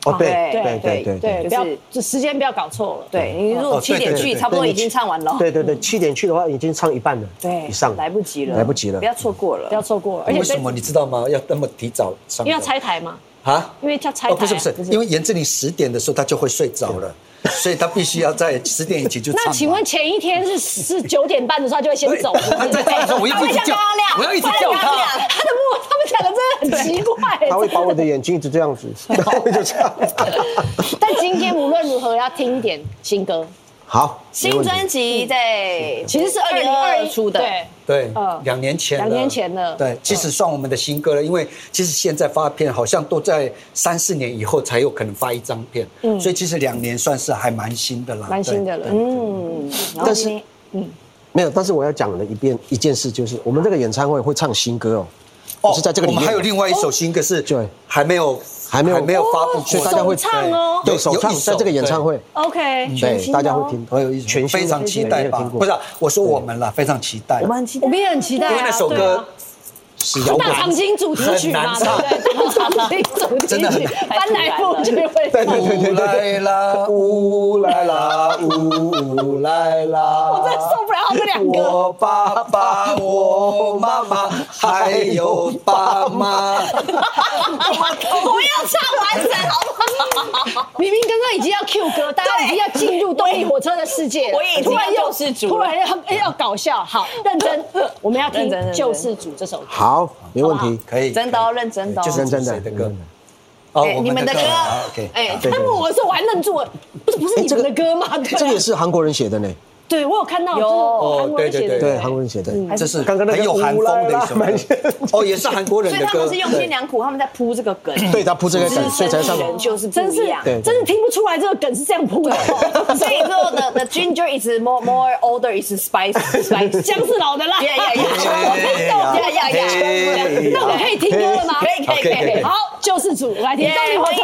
S6: 哦，对
S1: 对
S6: 对对对对
S3: 对，不要
S1: 就是
S3: 就时间不要搞错了。
S1: 对，你如果
S5: 哦
S1: 七点
S5: 对对
S1: 去，
S5: 对
S1: 差不多已经唱完了。
S6: 对对对，七点去的话已经唱一半了，
S1: 对，
S6: 以上
S1: 来不及了，
S6: 来不及了
S1: 不要错过了。
S3: 不要错过了，而且
S5: 为什么你知道吗？要那么提早上
S3: 因为要拆台嘛，
S5: 啊？
S3: 因为要拆台啊、
S5: 哦，不是不是，因为严志玲十点的时候他就会睡着了，所以他必须要在十点以前就唱完。
S3: [laughs] 那请问前一天是是九点半的时候他就会先走？是不
S5: [laughs] 他
S3: 是
S5: 在唱的时候，我要一直叫，我要一直叫他。
S3: 他的目，他们讲的真的很奇怪。
S6: 他会把我的眼睛一直这样
S1: [laughs]
S6: 子，然后我就这样。
S3: 但今天无论如何要听一点新歌，
S6: 好，没
S1: 新
S6: 问题
S1: 专辑在
S3: 其实是二
S1: 二
S3: 零
S1: 零
S3: 二
S1: 二
S3: 一
S1: 出的，
S3: 对，
S5: 对
S3: 嗯，
S5: 两年前了，
S3: 两年前了嗯
S5: 对，其实算我们的新歌了，因为其实现在发片好像都在三四年以后才有可能发一张片，所以其实两年算是还蛮新的啦，
S3: 嗯蛮新的了。
S5: 对。对
S3: 嗯，
S6: 但是，嗯，没有，但是我要讲的一遍一件事就是，我们这个演唱会会唱新歌哦，
S5: 哦
S6: 是在这个里
S5: 我
S6: 面
S5: 们还有另外一
S3: 哦
S5: 首新歌是，
S6: 对
S5: 还没有
S6: 还没有
S5: 还没有发布过，
S6: 所以大家会
S3: 首唱哦
S6: 对手唱
S5: 有一首
S6: 在这个演唱会，
S5: 嗯
S3: OK，全
S6: 对
S3: 新
S6: 大家
S3: 哦
S6: 会听，
S5: 我有一首
S6: 全新的
S5: 非常期待
S6: 没有
S5: 吧
S6: 听？过
S5: 不是啊，我说我们啦，非常期待
S1: 我。们很期
S3: 我
S1: 待。
S3: 们也很期待、啊。
S5: 因为那首
S3: 对啊
S5: 歌是摇
S3: 大长今主题曲嘛，
S5: 很难唱
S3: 对不对？大长今主
S5: [laughs]
S3: 题
S5: 真的很
S3: 曲，
S5: 难
S3: 翻来覆去会
S6: 对对对对
S5: 乌来啦，乌来啦，乌来啦！我
S3: 真的受不了他们两个
S5: 我爸爸，我妈妈，还有爸妈。
S1: 不要唱完整，好不好？ [laughs]
S3: 明明刚刚已经要 Q 歌，大家已经要进入动力火车的世界了，
S1: 我也已经
S3: 突然
S1: 要
S3: 又
S1: 救世主了
S3: 突然要要搞笑，好认真，我们要听
S1: 认真认
S3: 《
S1: 真
S3: 救世主》这首歌。
S6: 好，没问题。
S5: 可以，
S1: 真的哦，认真的哦。
S5: 就是
S6: 认真的
S5: 谁的歌
S6: 认真的。
S5: 哦
S1: 哎你们的歌
S5: 啊，OK，，
S1: 哎，
S3: 他问我的时候，我还愣住了，不是不是
S6: 哎
S3: 你
S6: 这
S3: 们
S6: 个
S3: 的歌吗？
S1: [laughs]
S3: 对啊
S6: 这个也是韩国人写的呢，
S3: 对我有看到，就
S1: 有
S3: 是韩国人
S5: 哦对对
S3: 写的，
S6: 对，韩国人写的。
S5: 这是
S6: 刚刚那个
S5: 很有韩风的一首
S6: 乌来啦蛮
S5: 歌。哦，也是韩国人
S1: 所以
S5: 的
S1: 他
S5: 歌。
S1: 们是用心良苦，他们在铺这个梗。
S6: 对他铺这个梗，
S1: 资
S6: 所以才
S1: 深
S6: 上
S1: 艺。人就是不
S3: 真是
S1: 一样。
S6: 对对
S3: 真是听不出来这个梗是这样铺的。
S1: [laughs] 所以之后的 the ginger is more more older is spicy
S3: [laughs]
S1: spicy
S3: 姜是老的辣，
S1: Yeah, yeah, yeah. 呀呀呀！
S3: [laughs] 那我可以听歌了吗？
S1: 可以可以可以可以
S3: 好，救世主，我来听
S1: 耶
S3: 动力火车。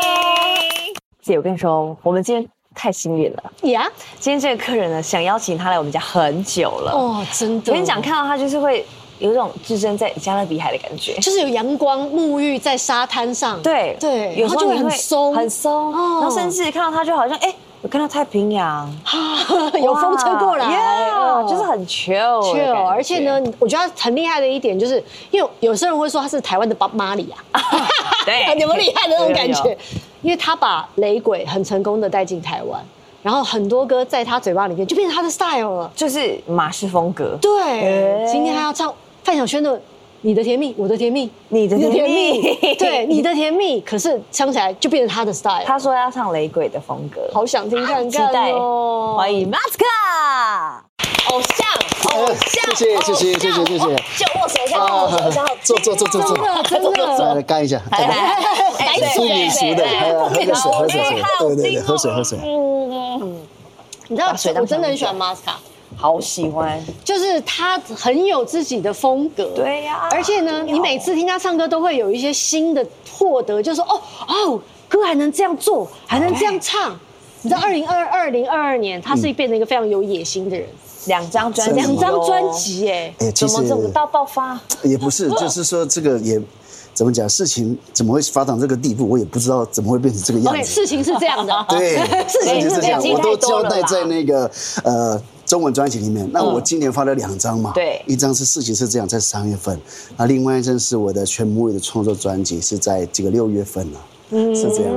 S2: 姐，我跟你说，我们今天太幸运了。
S3: 呀，
S2: 今天这个客人呢，想邀请他来我们家很久了。
S3: 哦，真的，
S2: 我跟你讲，看到他就是会有一种置身在加勒比海的感觉。
S3: 就是有阳光沐浴在沙滩上，
S2: 对
S3: 对，
S2: 有
S3: 然
S2: 时
S3: 后
S2: 候
S3: 就
S2: 你
S3: 会
S2: 会
S3: 很松，
S2: 很松，
S3: 哦
S2: 然后甚至看到他就好像哎，我看到太平洋，
S3: [laughs] 有风吹过来，
S2: 哇 yeah，
S3: 哦
S2: 就是很 chill 的
S3: chill，
S2: 感觉
S3: 而且，呢，我觉得他很厉害的一点就是，因为有些人会说他是台湾的巴马里啊，
S2: [laughs] 对
S3: 有没有厉害的那种感
S2: 有有
S3: 觉？因为他把雷鬼很成功的带进台湾，然后很多歌在他嘴巴里面就变成他的 style 了。
S2: 就是马式风格。
S3: 对，今天他要唱范晓萱的《你的甜蜜》，我的甜蜜，
S2: 你的甜蜜 [laughs]
S3: 对，你的甜蜜，可是唱起来就变成他的 style。
S2: 他说要唱雷鬼的风格，
S3: 好想听看
S2: 期
S3: 看
S2: 待，
S3: 哦！
S2: 欢迎 Maska。
S1: 偶像，偶像，
S9: 哦谢谢谢谢谢谢谢谢
S1: 就握手一下，握手一下，
S9: 坐坐坐坐
S3: 真
S9: 坐，
S3: 的啊真
S9: 来
S3: 的
S9: 来干一下，干
S3: 哎
S9: 一下
S1: 来
S9: 很不免俗哎的，哎喝点水喝点水，对对对，喝水喝水。
S3: 你知道，我真的很喜欢 Masca，
S1: 好喜欢，
S3: 就是他很有自己的风格。
S2: 对呀
S3: 而且呢，你每次听他唱歌都会有一些新的获得，就是说哦哦，歌还能这样做，还能这样唱。你知道，二零二二零二二年，他是
S9: 嗯
S3: 变成一个非常有野心的人，
S1: 两张专
S9: 哦
S1: 辑，
S3: 两张专辑哎，
S9: 哎，其实
S2: 爆发？
S9: 也不是，就是说这个也怎么讲，事情怎么会发展这个地步，我也不知道怎么会变成这个样
S3: OK，
S9: 子。
S3: 事情哦是这样的，，
S9: 对
S3: [laughs] 事情是
S9: 就
S3: 这
S9: 这
S3: 样
S9: 样，
S3: 的，
S9: 我都交代在那个呃中文专辑里面。那
S3: 嗯
S9: 我今年发了两张嘛，
S1: 对
S9: 一张是事情是这样，在三月份，那另外一张是我的全母语的创作专辑，是在这个六月份了，
S3: 嗯
S9: 是这样。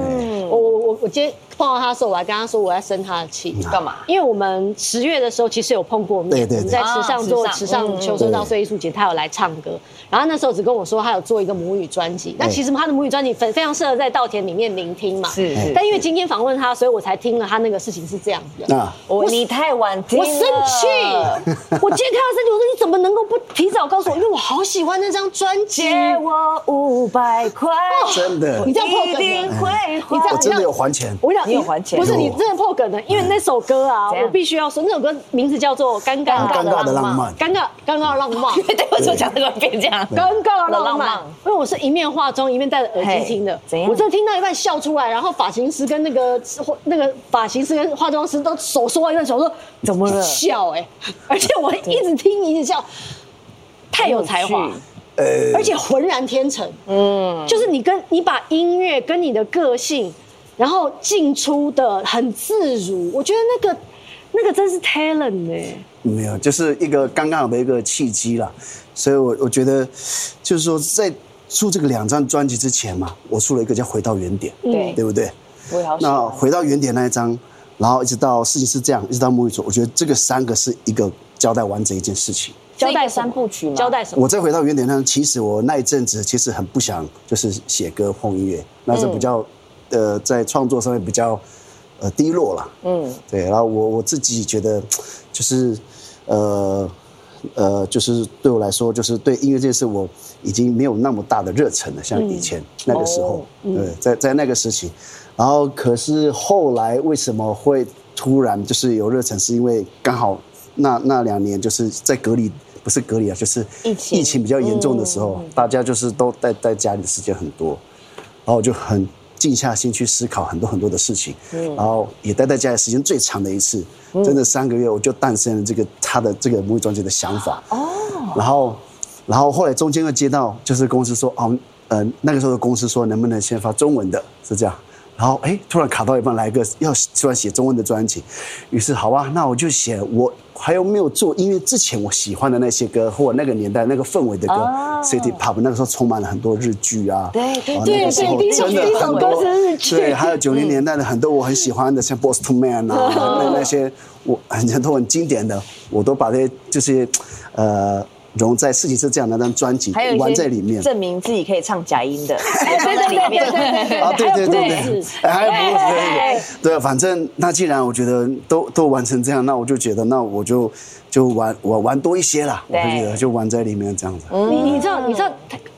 S9: 哎
S3: 我我我我今天碰到他的时候，我还跟他说我要生他的气，
S1: 干嘛？
S3: 因为我们十月的时候其实有碰过面，
S9: 对对对
S3: 我们在池上做
S1: 啊
S3: 池
S1: 池
S3: 上
S1: 上
S3: 求生稻
S9: 对
S3: 穗艺术节，他有来唱歌，然后那时候只跟我说他有做一个母语专辑，那其实他的母语专辑非非常适合在稻田里面聆听嘛，
S2: 是是
S3: 但因为今天访问他，所以我才听了他那个事情是这样的。
S9: 那
S2: 我你太晚听了，
S3: 我生气，我今天看到生气，我说你怎么能够不提早告诉我？因为我好喜欢那张专辑，
S2: 借我五百块，
S3: 哦
S9: [laughs] 真的，
S3: 你这样破梗
S2: 一
S3: 了
S2: 定。会还
S3: 你这。样
S9: 我真的有还钱。嗯
S3: 我想
S2: 你有还钱
S3: 不是你真的破梗了，因为那首歌啊，
S2: 怎样
S3: 我必须要说，那首歌名字叫做《尴尬
S9: 尴尬的浪漫
S3: 尴尬尴尬浪漫，
S1: 对我就讲这个变这样，
S3: 尴尬浪
S2: 浪
S3: 漫
S2: 漫。
S3: 因为我是一面化妆一面戴着耳机
S2: 嘿
S3: 听的，
S2: 怎样
S3: 我真的听到一半笑出来，然后发型师跟那个那个发型师跟化妆师都手缩在那手说欸怎么了笑哎、而且我一直听一直笑，太有才华
S2: 有趣。
S3: 而且浑然天成。嗯，就是你跟你把音乐跟你的个性，然后进出的很自如，我觉得那个那个真是 talent 欸呢、
S9: 没有，就是一个刚刚好的一个契机啦。所以我我觉得，就是说在出这个两张专辑之前嘛，我出了一个叫《回到原点》，
S1: 对
S3: 嗯
S9: 对不对？
S1: 我也好喜欢
S9: 那回到原点那一张，然后一直到事情是这样，一直到母语组，我觉得这个三个是一个交代完整一件事情。
S3: 交代
S1: 是一个
S3: 什么
S1: 三部曲吗
S3: 交代什么？
S9: 我再回到原点上，其实我那一阵子其实很不想就是写歌碰音乐，那是比较、呃在创作上面比较呃低落啦。嗯，对，然后我我自己觉得就是呃呃就是对我来说就是对音乐这件事我已经没有那么大的热忱了，像以前、那个时候，对，在在那个时期，然后可是后来为什么会突然就是有热忱，是因为刚好。那那两年就是在隔离，不是隔离啊，就是
S1: 疫情嗯
S9: 疫情比较严重的时候，大家就是都待在家里的时间很多，然后我就很静下心去思考很多很多的事情，
S1: 嗯
S9: 然后也待在家里时间最长的一次，真的三个月我就诞生了这个他的这个母语专辑的想法哦，然后然后后来中间又接到就是公司说哦，呃那个时候的公司说能不能先发中文的，是这样。然后哎，突然卡到一半来一个要突然写中文的专辑，于是好吧，那我就写我还有没有做音乐之前我喜欢的那些歌，或那个年代那个氛围的歌、c i t y Pop 那个时候充满了很多日剧啊，对对
S3: 对对第一首第一首歌是日剧
S9: [laughs] 对，还有九零年代的很多我很喜欢的，像 Boston Man 啊，那那些我很很多很经典的，我都把这些就是呃融在《事情是这样》那张专辑
S1: 还有一
S9: 玩
S1: 些
S9: 在里面。
S1: 证明自己可以唱假音
S3: [laughs]
S1: 的，
S3: 哎对对对对对 [laughs] 对，
S9: 啊，对对对
S3: 还有
S9: 对 [laughs]
S3: blues，
S9: 哎还有不止对
S3: 哎
S9: 对对，对，反正那既然我觉得都都玩成这样，那我就觉得那我就就玩我玩多一些啦，我就觉得就玩在里面这样子。
S3: 你你知道你知道，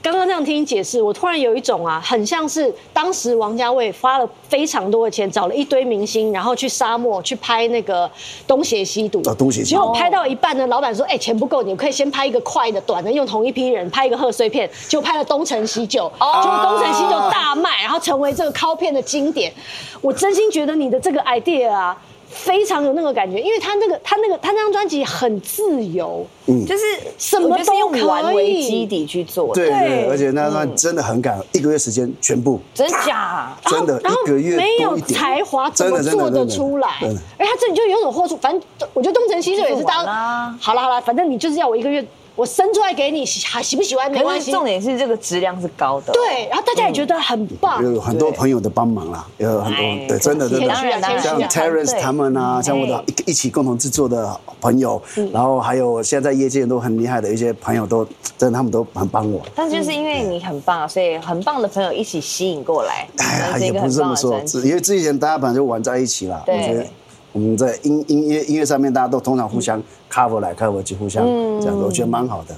S3: 刚刚这样听你解释，我突然有一种啊，很像是当时王家卫花了非常多的钱，找了一堆明星，然后去沙漠去拍那个《啊东邪西毒》。
S9: 啊东邪西毒
S3: 结果拍到一半呢，老板说：“哎，钱不够，你可以先拍一个快的、短的，用同一批人拍一个贺岁片。”就拍了《东成西就》，结果《东成西就》大卖，然后成为这个靠片的经典。我真心觉得你的这个 idea 啊。非常有那个感觉，因为他那个他那个他那张专辑很自由，
S1: 就是
S3: 什么
S1: 我觉得是
S3: 都可
S1: 用玩为
S3: 以
S1: 基底去做的，
S9: 对对，而且那段真的很赶，一个月时间全部
S1: 真假？
S9: 真的
S3: 然后
S9: 一个月
S3: 没
S9: 多
S3: 有
S9: 一点
S3: 才华怎
S9: 真
S3: 么
S9: 的真的
S3: 做得
S9: 真的
S3: 出来
S9: 真的？
S3: 而他这里就有种豁出，反正我觉得东成西就也是当
S1: 就是玩啊
S3: 好了好了，反正你就是要我一个月，我生出来给你，喜喜不喜欢没
S2: 可
S3: 关
S2: 是
S3: 系。
S2: 重点是这个质量是高的。
S3: 对，然后大家也觉得很
S2: 哦
S3: 棒，
S9: 嗯有很多朋友的帮忙啦，有很
S2: 哎
S9: 多对，真的真的
S3: 谦虚啊，谦虚啊
S9: 像 Terence 他们
S2: 嗯
S9: 啊，像我的一一起共同制作的朋友，然后还有现在业界都很厉害的一些朋友，都真的他们都很帮我。
S2: 但是就是因为你很棒，所以很棒的朋友一起吸引过来，
S9: 哎，
S2: 这是
S9: 也
S2: 一个
S9: 不
S2: 很
S9: 是这
S2: 棒
S9: 么
S2: 的
S9: 说
S2: 专，辑。
S9: 只因为之前大家本来就玩在一起啦。
S2: 对
S9: 我觉得我们在音音乐音乐上面，大家都通常互
S2: 嗯
S9: 相 cover 来 cover 去，互相这样子，我觉得蛮好的。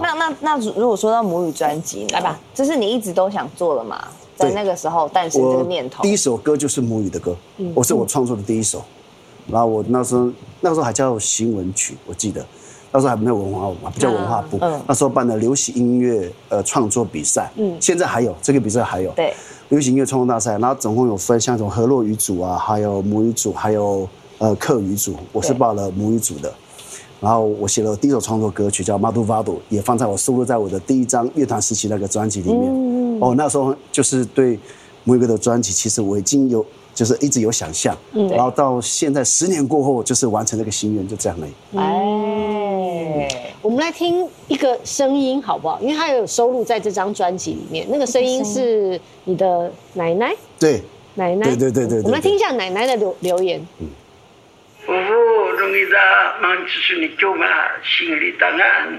S2: 那那那如如果说到母语专辑，来吧，这是你一直都想做的嘛？在
S9: 对
S2: 那个时候诞生这个
S9: 我
S2: 念头嗯
S9: 第。一首歌就是母语的歌，我是我创作的第一首。然后我那时候那时候还叫新闻曲，我记得那时候还没有文化部
S2: 啊
S9: 嘛，不叫文化部。
S2: 嗯
S9: 那时候办的流行音乐呃创作比赛，现在还有这个比赛还有。
S2: 对，
S9: 流行音乐创作大赛，然后总共有分像这种河洛语组啊，还有母语组，还有呃客语组，我是报了母语组的。然后我写了第一首创作歌曲叫《马杜巴杜》，也放在我收录在我的第一张乐团时期那个专辑里面。哦，那时候就是对母语歌的专辑，其实我已经有就是一直有想象，然后到现在十年过后，就是完成这个心愿，就这样而已。
S2: 哎，
S3: 我们来听一个声音好不好？因为它有收录在这张专辑里面，那个声音是你的奶奶
S9: 对，
S3: 奶奶，
S9: 对对对对对
S3: 我们来听一下奶奶的留留言。
S10: 오후 농이다 만치순이 교마 싱리 땅안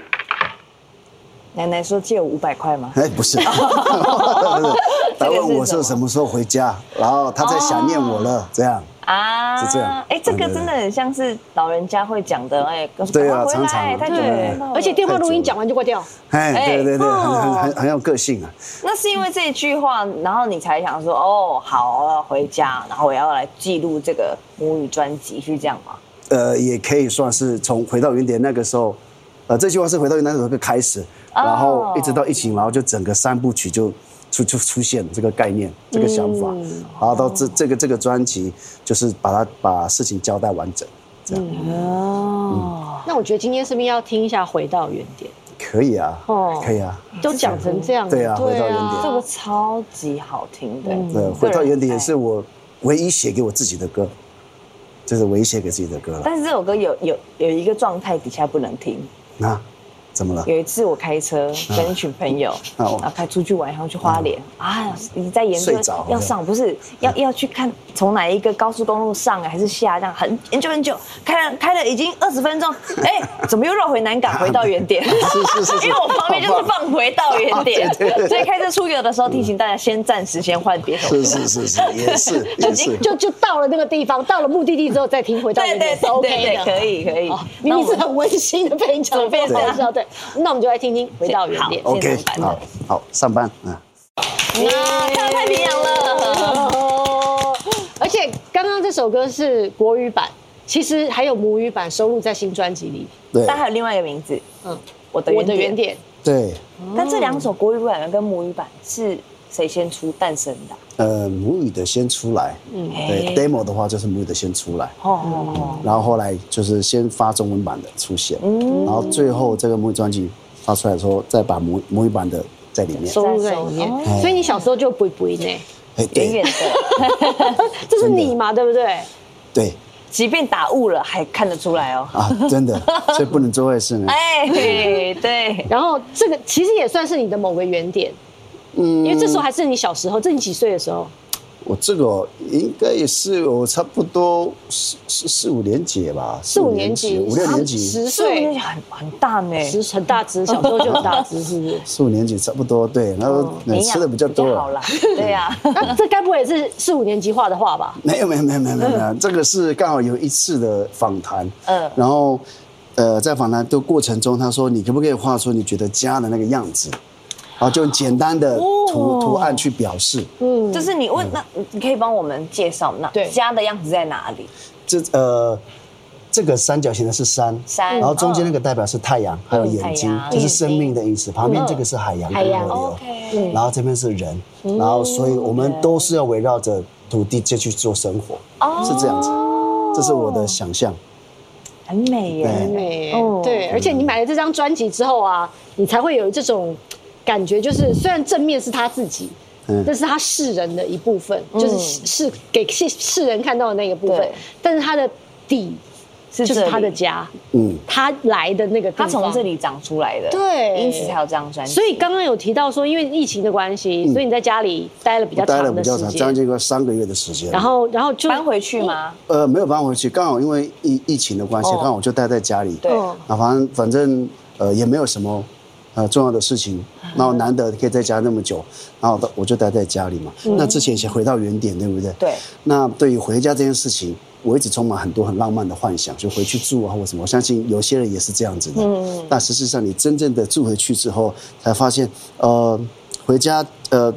S2: 奶奶说借我五百块吗？
S9: 哎，不是，他问我是什么时候回家，然后他在想念我了，这样。
S2: 啊，
S9: 是这样
S2: 哎，这个
S9: 对对对
S2: 真的很像是老人家会讲的，哎，赶快
S9: 对啊
S2: 回来
S9: 常常
S2: 太久没
S3: 对
S2: 看到，了
S3: 而且电话录音讲完就挂掉。
S9: 哎，对对对，很很
S2: 哦
S9: 很很有个性啊。
S2: 那是因为这一句话，然后你才想说，哦，好，我要回家，然后我要来记录这个母语专辑，是这样吗？
S9: 呃，也可以算是从回到原点那个时候，呃，这句话是回到原点那个时候开始，然后一直到疫情，然后就整个三部曲就出就出现了这个概念、这个想法，然后到这这个这个专辑，就是把它把事情交代完整，这样
S3: 那我觉得今天是不是要听一下《回到原点》？
S9: 可以啊，
S2: 哦
S9: 可以啊，
S3: 都讲成这样，
S9: 对啊回到原点
S2: 这个超级好听的，
S9: 对，
S2: 个
S9: 呃回
S2: 人
S9: 到原点也
S2: 爱
S9: 是我唯一写给我自己的歌，这是唯一写给自己的歌了。
S2: 但是这首歌有有有一个状态底下不能听。
S9: 那
S2: [laughs]
S9: 怎么了？
S2: 有一次我开
S9: [laughs]
S2: 车跟一群朋友，
S9: 啊
S2: 然
S9: 哦
S2: 后开出去玩，然后去花莲啊，你在研究
S9: 嗯睡着了嗯
S2: 要上不是要要去看从哪一个高速公路上啊还是下，这样很研究很久，开了开了已经二十分
S9: [laughs]
S2: 钟，哎，怎么又绕回南港回到原点？
S9: 是是是是
S2: [laughs] 因为我旁边就是放回到原
S9: [laughs]
S2: 点，所以开车出游的时候提醒大家先暂时先换别首歌
S9: 是是是是，也是也是。
S3: 就就到了那个地方，到了目的地之后再听回到
S2: 对
S3: 原
S2: 对
S3: 点是
S2: 对
S3: OK
S2: 对
S3: 的，
S2: 对，可以可以
S3: 哦。明明是很温馨的被你讲得非常好笑，对。那我们就来听听回到原点。
S9: OK，好好上班啊。
S2: 啊，看到太平洋了。
S3: 哦而且刚刚这首歌是国语版，其实还有母语版收录在新专辑里。
S9: 对
S2: 但还有另外一个名字，
S3: 嗯，
S2: 我的
S3: 我的原点，嗯
S9: 对，
S2: 但这两首国语版跟母语版是谁先出诞生的啊？
S9: 呃，母语的先出来，对，demo 的话就是母语的先出来，
S2: 嗯哦，
S9: 然后后来就是先发中文版的出现，
S2: 嗯
S9: 然后最后这个母语专辑发出来之后，再把母母语版的在里面。
S3: 收录在里面。所以你小时候就不不呢？
S9: 哎，
S2: 远远
S9: 对
S2: 的，
S3: 这是你嘛，对不对？
S9: 对
S2: 即便打雾了还看得出来哦。
S9: 啊，真
S2: [laughs]
S9: 的，所以不能做坏事呢。
S2: 哎，对，
S3: 然后这个其实也算是你的某个原点，嗯，因为这时候还是你小时候，这你几岁的时候？
S9: 我这个哦应该也是我差不多四四四五年级吧，四
S3: 四五年级，
S9: 五六年级，
S3: 十
S2: 是我跟
S3: 岁
S2: 你，很很欸大呢。
S3: 十很大只，小时候就很大只，是不是？
S9: 四五年级差不多，对，然后
S2: 哦
S9: 呃
S2: 营养
S9: 吃的比较多，啊
S2: 好啦，对呀，
S3: [laughs] 那这该不会也是四五年级画的画吧？
S9: 没有没有没有没有没有没有，这个是刚好有一次的访谈，
S2: 嗯
S9: 嗯，然后呃在访谈的过程中，他说你可不可以画出你觉得家的那个样子，然后就用简单的图、图案去表示。
S3: 嗯，
S2: 就是你问那，你可以帮我们介绍那
S3: 对
S2: 家的样子在哪里？
S9: 这呃这个三角形的是山，
S2: 山
S3: 嗯
S9: 然后中间那个代表是太阳，还有眼睛
S2: 太阳，
S9: 这是生命的意思。旁边这个是海洋跟河
S3: 海洋
S9: 流，然后这边是人，然后所以我们都是要围绕着土地再去做生活，是这样子。这是我的想象，哎
S2: 很美耶。
S9: 对。
S3: 美，对，而且你买了这张专辑之后啊，你才会有这种感觉，就是虽然正面是他自己。
S9: 嗯
S3: 但是他世人的一部分，就是是给世世人看到的那个部分
S2: 对，
S3: 但是他的底
S2: 是
S3: 就是
S2: 这
S3: 他的
S2: 里
S3: 家，
S9: 嗯，
S3: 他来的那个地
S2: 他
S3: 方，
S2: 从这里长出来的，
S3: 对
S2: 因此才有这张专辑。
S3: 所以刚刚有提到说，因为疫情的关系，所以你在家里待了比较
S9: 嗯待了
S3: 长
S9: 比
S3: 的
S9: 较
S3: 时
S9: 长，
S3: 间
S9: 将，近个三个月的时间。
S3: 然后然后就
S2: 搬回去吗？
S9: 呃，没有搬回去，刚好因为疫疫情的关系，
S2: 哦
S9: 刚好就待在家里。
S2: 对
S9: 啊，反正反正呃也没有什么呃重要的事情，
S3: 嗯
S9: 然后难得可以在家那么久，然后我就待在家里嘛。
S3: 嗯
S9: 那之前先回到原点，对不对？
S2: 对。
S9: 那对于回家这件事情，我一直充满很多很浪漫的幻想，就回去住啊或什么。我相信有些人也是这样子的。嗯。但实际上，你真正的住回去之后，才发现呃回家呃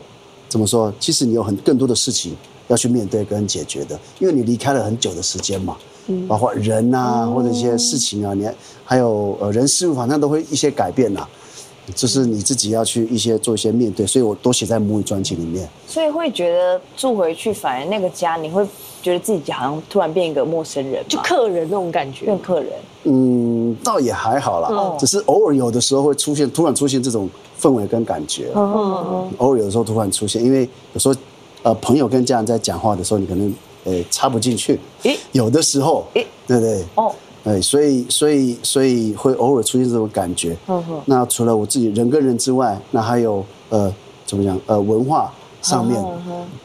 S9: 怎么说？其实你有很更多的事情要去面对跟解决的，因为你离开了很久的时间嘛，包括人啊，或者一些事情啊，你还还有呃人事物，反正都会一些改变呐、就是你自己要去一些做一些面对，所以我都写在母语专辑里面。
S2: 所以会觉得住回去，反而那个家，你会觉得自己好像突然变一个陌生人嘛，
S3: 就客人那种感觉，
S2: 变客人。
S9: 嗯，倒也还好啦，只是偶尔有的时候会出现，突然出现这种氛围跟感觉，偶尔有的时候突然出现，因为有时候呃朋友跟家人在讲话的时候，你可能呃插不进去，有的时候，对不对？
S2: 哦，
S9: 哎，所以所以所以会偶尔出现这种感觉。那除了我自己人跟人之外，那还有呃怎么讲呃文化上面，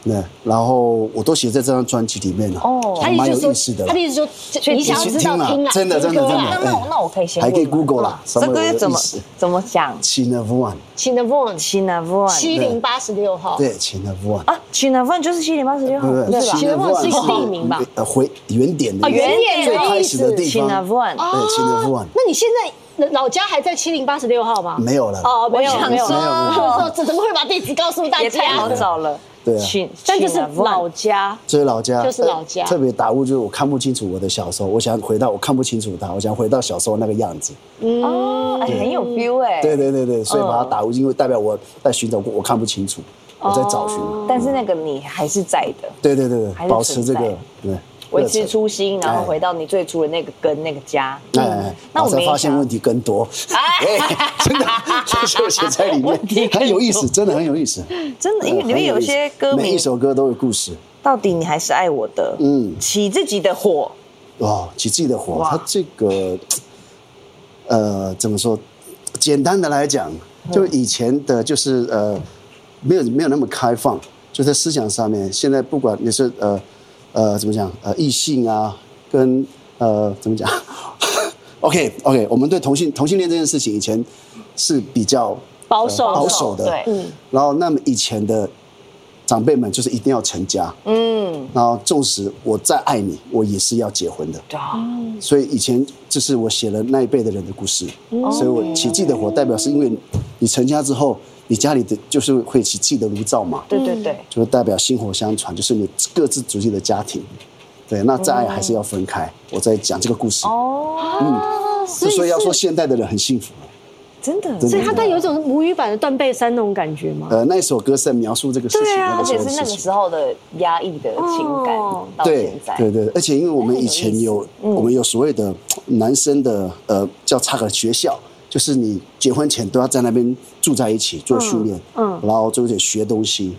S9: 对，然后我都写在这张专辑里面了，
S2: 哦
S9: 还蛮有意思的啦
S3: 他的。意思说，这你想要知道听啊，
S9: 真的真
S3: 听
S9: 的
S3: 歌
S9: 真
S3: 啊
S9: 的，嗯
S2: 那那我那我可以先
S9: 还可以
S2: 问吗
S9: Google 啦，
S2: 嗯这个是怎么怎么讲？
S9: ？China One，
S3: 请的 Von
S2: 七 n a v o n
S3: 七零八十六号，
S9: 对，China One，
S3: 哦
S2: 啊，七 n a v o n 就是七点八十六号，
S9: 不
S2: 对吧？
S3: 其实 Chinavan 是一个地名吧？
S9: 呃，回原点的
S3: 啊原点的
S9: 最开
S3: 意
S9: 始的
S3: 思
S9: 地
S2: 七 n a
S9: 方。
S2: v o n
S9: 对，China One
S3: 啊那你现在老家还在七零八十六号吗？
S9: 没有了，
S3: 哦，没有
S2: 我想
S3: 没有，
S2: 说
S3: 我说怎么会把地址告诉大
S2: 也太
S3: 家
S2: 好？找了。
S9: 对啊
S2: 七
S3: 但这是
S2: Chinavan
S3: 老家，
S9: 这是老家，
S3: 就是老家
S9: 呃特别打悟就是我看不清楚我的小时候，我想回到我看不清楚它，我想回到小时候那个样子。
S3: 嗯
S2: 哦，哎很有 feel 哎。
S9: 对对对对，所以
S3: 哦
S9: 把它打悟，因为代表我在寻找过我看不清楚，我在找寻。
S3: 哦
S2: 但是那个你还是在的，
S9: 对对对
S2: 还
S9: 对，
S2: 是
S9: 保持这
S2: 存
S9: 个
S2: 在
S9: 对。
S2: 维持初心，然后回到你最初的那个根、那个家。
S9: 哎，
S2: 嗯那
S9: 那
S2: 我
S9: 我
S2: 们
S9: 才
S2: 也
S9: 发现
S2: 想
S9: 问题更多， [laughs] 哎，真的，所以我写在
S2: [laughs]
S9: 里面，很有意思，真的很有意思。
S2: 真嗯的，因为
S9: 哎
S2: 里面
S9: 很
S2: 有
S9: 意思
S2: 些歌
S9: 每一
S2: 名，
S9: 首歌都有故事。
S2: 到底你还是爱我的，
S9: 嗯
S2: 起自己的火，
S9: 哇，起自己的火，他这个，呃，怎么说？简单的来讲，
S2: 嗯
S9: 就以前的，就是呃，没有没有那么开放，就在思想上面。现在不管你是呃呃怎么讲，呃异性啊，跟呃怎么讲 [laughs] ，OK OK，我们对同性同性恋这件事情，以前是比较
S3: 保守
S9: 保守的，
S2: 对，
S9: 然后那么以前的长辈们就是一定要成家，嗯，然后纵使我再爱你，我也是要结婚的，对所以以前就是我写了那一辈的人的故事，所以我起自己的火代表是因为你成家之后，你家里的就是会起自己的炉灶嘛，
S2: 对对对，
S9: 就是代表薪火相传，就是你各自组织的家庭，对，那再爱还是要分开。我在讲这个故事，
S3: 哦，
S9: 之所以要说现代的人很幸福，
S2: 真的，
S9: 真的
S3: 所以他带有一种母语版的断背山那种感觉吗？
S9: 呃，那一首歌是在描述这个事情，
S3: 啊
S9: 那
S2: 而
S9: 个时
S2: 且
S9: 候
S2: 是
S9: 的
S2: 那
S9: 事
S2: 个
S9: 情。
S2: 时候的压抑的情感
S3: 哦
S2: 到现在，
S9: 对对对，而且因为我们以前有我们有所谓的男生的呃叫插个学校，就是你结婚前都要在那边住在一起做训练，
S3: 嗯
S9: 嗯，然后就有点学东西。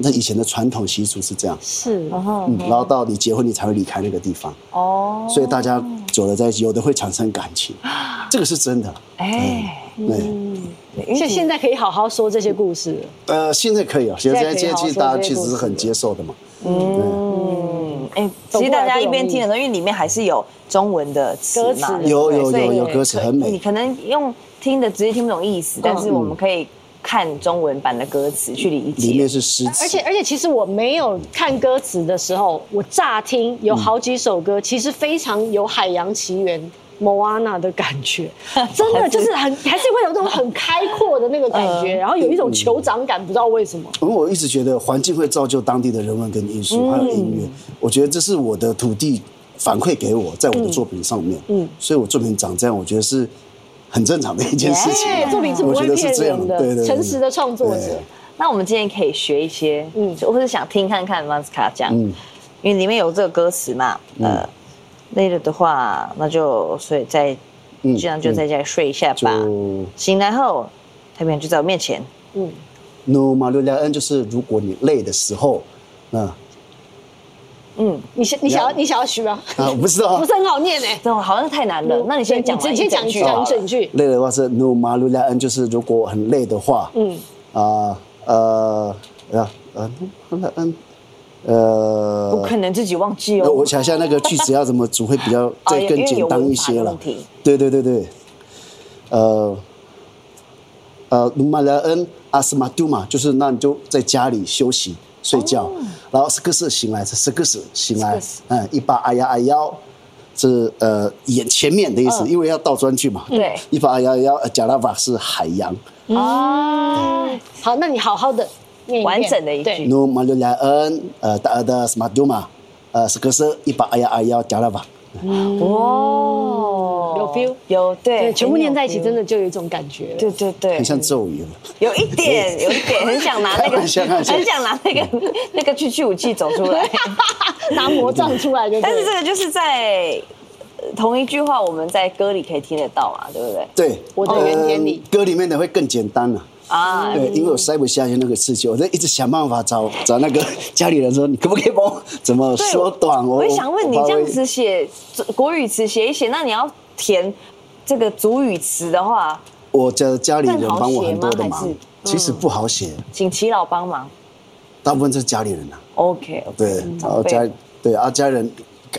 S9: 那以前的传统习俗是这样，
S3: 是，
S9: 嗯，然后到你结婚你才会离开那个地方，哦，所以大家走了在一起，有的会产生感情，这个是真的，
S2: 哎，
S9: 对。
S3: 现现在可以好好说这些故事了。
S9: 呃，现在可以啊，现在
S3: 现在可以
S9: 现在
S3: 好好
S9: 其
S3: 说这些
S9: 实大家其实
S3: 故
S9: 是
S3: 事
S9: 很接受的嘛，嗯，
S2: 嗯，哎，其实大家一边听的时候，因为里面还是有中文的嗯词
S3: 歌
S2: 嘛
S3: 词，
S9: 有有
S2: 所以
S9: 有有歌词很美
S2: 你，可能用听的直接听不懂意思，但是我们可以看中文版的歌词去理
S9: 里
S2: 解。
S9: 面是诗词，
S3: 而且而且，其实我没有看歌词的时候，我乍听有好几首歌，其实非常有《海洋奇缘》。莫阿娜的感
S2: [laughs]
S3: 觉，真的就是很，还是会有那种很开阔的那个感
S2: 呃
S3: 觉，然后有一
S2: 嗯
S3: 种酋长感，不知道为什么。
S9: 因为我一直觉得环境会造就当地的人文跟艺术，还有音乐。我觉得这是我的土地反馈给我，在我的作品上面，嗯，所以我作品长这样，我觉得是很正常的一件
S3: [laughs]
S9: 事情。啊
S3: 哎作品是不
S9: 我觉
S3: 会
S9: 得
S3: 骗
S9: 是这样
S3: 人
S9: 的，对对
S3: 的，
S9: 对，
S3: 诚实的创作者
S9: 对。
S2: 那我们今天可以学一些，嗯
S3: 嗯，
S2: 或者想听看看 Vanska 讲，因为里面有这个歌词嘛，
S9: 嗯
S2: 呃，累了的话，那就所以再
S9: 嗯
S2: 这样就在家里睡一下吧。
S9: 就
S2: 醒来后，太平洋就在我面前，
S9: No 马六加恩就是如果你累的时候，嗯
S3: 你想你想要你想要学吗？
S9: 啊，我不知道啊
S3: [laughs] 不是很好念呢。欸
S2: 这好像太难嗯了。那你先讲完
S3: 你先
S2: 一整
S3: 讲
S2: 句
S3: 讲
S9: 哦
S2: 好
S3: 一
S2: 了，
S3: 整句。
S9: 累的话是 no m a l u l a n，就是如果很累的话，嗯，啊呃呃呃 n a n，呃，
S2: 不可能自己忘记
S9: 那
S2: 哦
S9: 我。想一下那个句子要怎么组会比较
S2: [laughs] 哦
S9: 再
S2: 因为
S9: 更简单一些
S2: 有文法
S9: 了
S2: 问题。
S9: 对对对对，呃呃，努马莱恩阿斯马杜嘛，就是那你就在家里休息睡
S2: 哦
S9: 觉，然后是个是醒来，是是个是醒来，嗯，一把哎呀哎腰。是呃，眼前面的意思，因为要倒装句嘛。
S2: 嗯对，
S9: 一把哎呀哎腰，贾拉瓦是海洋。
S3: 好，那你好好的念一遍
S2: 完整的一句
S3: 对
S9: 努马六莱恩，呃，大阿的斯马杜嘛，呃，是个是一把哎呀哎腰，贾拉瓦。
S2: 哦，
S3: 有 feel
S2: 有对
S3: 对，，全部念在一起，真
S2: 的，
S3: 的就有一种感觉。
S2: 对对对
S9: 很，像咒语了。
S2: 有一点，有一点，很想拿那
S9: 开
S2: 个，
S9: 玩笑开玩笑
S2: 很想拿那个那个去去武器走出来。
S3: 拿魔杖出来就。
S2: [laughs] 但是这个就是在呃同一句话，我们在歌里可以听得到嘛，对不对？
S9: 对，
S3: 我的原点里
S9: 呃歌里面的会更简单了、
S2: 啊，
S9: 对，因为我塞不下去那个刺激，我在一直想办法找找那个 [laughs] 家里人说，你可不可以帮我怎么
S2: 对
S9: 缩短？
S2: 我也想问你，
S9: 我
S2: 这
S9: 怕
S2: 样
S9: 会
S2: 子写国语词写一写，那你要填这个主语词的话，
S9: 我家家里人
S2: 更好
S9: 帮我
S2: 写
S9: 很多
S2: 吗
S9: 的
S2: 还
S9: 忙
S2: 是，
S9: 其实不好写，
S2: 请齐老帮忙。
S9: 大部分是家里人啊，
S2: OK，
S9: 对，然后
S2: 嗯辈
S9: 家对啊家人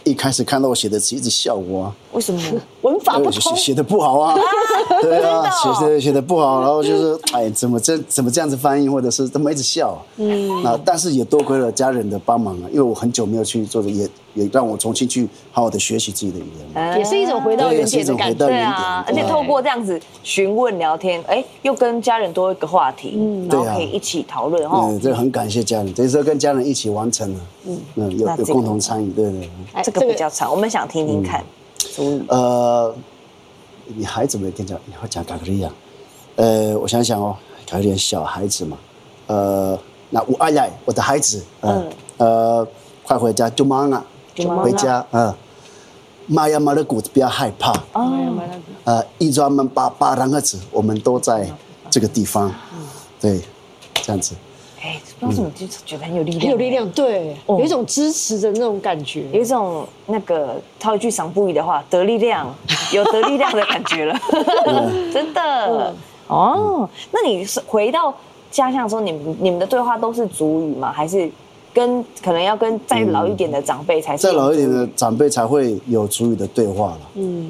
S9: 一开始看到我写的词一直笑我啊，
S2: 为什么？
S3: 文法不
S9: [laughs] 对哦写
S3: 通，
S9: 写的不好啊， [laughs] 对啊，写写写的不好，然后就是哎，怎么这怎么这样子翻译，或者是他们一直笑，嗯，啊，但是也多亏了家人的帮忙啊，因为我很久没有去做的，也也让我重新去好好的学习自己的语言嘛，
S3: 也哎是一种回到
S9: 对
S3: 原
S9: 也是一
S3: 点的
S9: 种
S3: 感
S9: 回
S3: 觉。
S9: 到
S2: 对
S9: 原点
S2: 啊，，而
S9: 对
S2: 且
S9: 啊
S2: 透过这样子询问聊天，哎，又跟家人多一个话题，然后
S9: 对啊
S2: 可以一起讨论哦
S9: 嗯，。这很感谢家人，等于说跟家人一起完成了，嗯，有
S2: 那这
S9: 有
S2: 个
S9: 共同参与，对对对，
S3: 哎
S2: 这个比较长，我们想听听看。
S9: 呃，你孩子没跟讲，你会讲卡格利亚？呃，我想想哦，卡格利亚小孩子嘛，呃呃，那我爱爱我的孩子，嗯、呃，快回家，就妈啊，回家，嗯，玛雅马勒古不要害怕，呃，一抓门把把两个子，我们都在这个地方，对，这样子，
S2: 哎，不知道怎么就觉得很有力量，
S3: 很有力，量，对，
S2: 哦
S3: 有一种支持的那种感觉。
S2: 有一种那个套一句赏不语的话，得力量，有得力量的感觉
S9: [laughs]
S2: 了，
S9: 啊
S2: [laughs] 真
S9: 嗯
S2: 的。哦，那你是回到家乡的时候，你们你们的对话都是族语吗？还是跟可能要跟再老一点的长辈才是
S9: 再老一点的长辈才会有主语的对话了。嗯，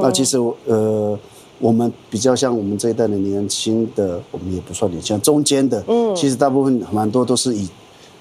S9: 那其实我呃，我们比较像我们这一代的年轻的，我们也不算年轻，中间的，嗯，其实大部分蛮多都是以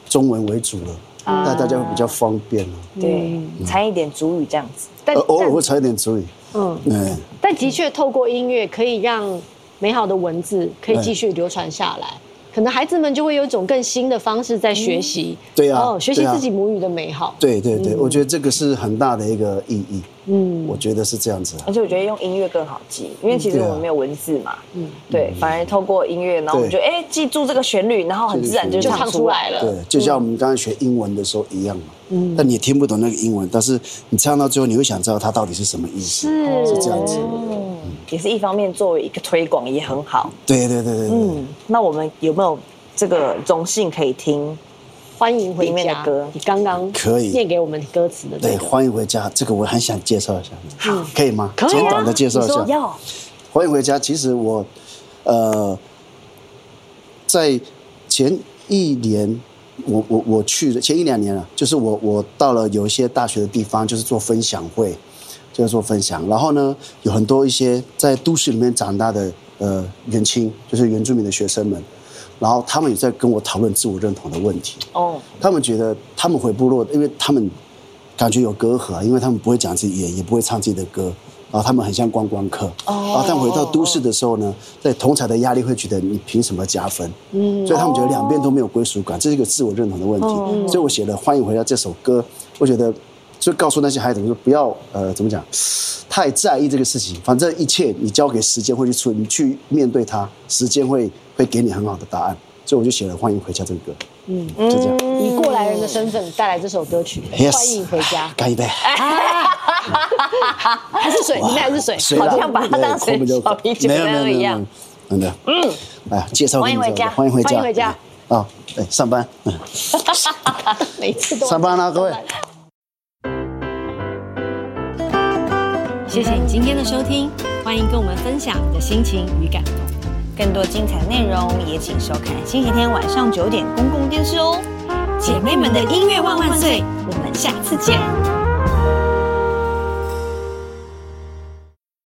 S9: 中文为主了，那大家会比较方便了。
S2: 对，掺一点族语这样子。
S3: 但
S9: 呃偶尔
S3: 但
S9: 会掺一点主语，嗯，嗯，
S3: 但的确透过音乐可以让美好的文字可以继续流传下来，可能孩子们就会有一种更新的方式在学习。
S9: 对啊
S3: 哦，学习
S9: 对啊
S3: 自己母语的美好。
S9: 对对对，我觉得这个是很大的一个意义。嗯，我觉得是这样子啊
S2: 而。且我觉得用音乐更好记，因为其实
S9: 对啊
S2: 我们没有文字嘛，嗯，对，反而透过音乐，然后我们就
S9: 对
S2: 哎记住这个旋律，然后很自然就
S9: 就
S2: 唱
S3: 唱
S2: 出
S3: 出来
S2: 来了。
S3: 了
S9: 对，就像我们刚刚学英文的时候一样嘛。嗯，但你也听不懂那个英文，但是你唱到最后，你会想知道它到底是什么意思。
S3: 是
S9: 是这样子。
S2: 哦也是一方面作为一个推广也很好。
S9: 对对对对对。
S2: 嗯，那我们有没有这个荣幸可以听？
S3: 欢迎回
S2: 里面的
S3: 家
S2: 歌
S3: 你刚刚
S9: 可以
S3: 念给我们歌词的那
S9: 对，
S3: 个，
S9: 欢迎回家，这个我很想介绍一下，可以吗？
S2: 可以啊
S9: 简短的介绍一
S2: 你说
S9: 下。
S2: 要
S9: 欢迎回家，其实我，呃，在前一年，我我我去的前一两年啊，就是我我到了有一些大学的地方，就是做分享会，就是做分享。然后呢，有很多一些在都市里面长大的呃原青，就是原住民的学生们，然后他们也在跟我讨论自我认同的问题。
S2: 哦，
S9: 他们觉得他们回部落，因为他们感觉有隔阂，因为他们不会讲自己也也不会唱自己的歌，然后他们很像观光客。然后但回到都市的时候呢，在同才的压力会觉得你凭什么加分？嗯，所以他们觉得两边都没有归属感，这是一个自我认同的问题。所以我写了《欢迎回家》这首歌，我觉得就告诉那些孩子，我说不要呃怎么讲，太在意这个事情，反正一切你交给时间会去处理，你去面对它，时间会会给你很好的答案。所以我就写了《欢迎回家》这个歌，嗯，就这样。
S3: 以过来人的身份带来这首歌曲，
S9: Yes
S3: 欢迎回家。
S9: 干一杯，
S3: 还是水，里面还是水。
S9: 水啦
S2: 好像把它当成
S9: 对口
S2: 小啤酒
S9: 没有没有
S2: 那
S9: 没有
S2: 一
S9: 没
S2: 样
S9: 有，真的，嗯，哎，介绍给你
S2: 欢迎回
S9: 知
S2: 家
S9: 道欢迎回家，
S3: 欢迎回家
S9: 哎，啊，哎，上班，嗯，
S3: 每次都
S9: 上班啦，各位。
S11: 谢谢你今天的收听，欢迎跟我们分享你的心情与感动。
S2: 更多精彩内容也请收看星期天晚上九点公共电视哦。
S11: 姐妹们的音乐万万岁，我们下次见。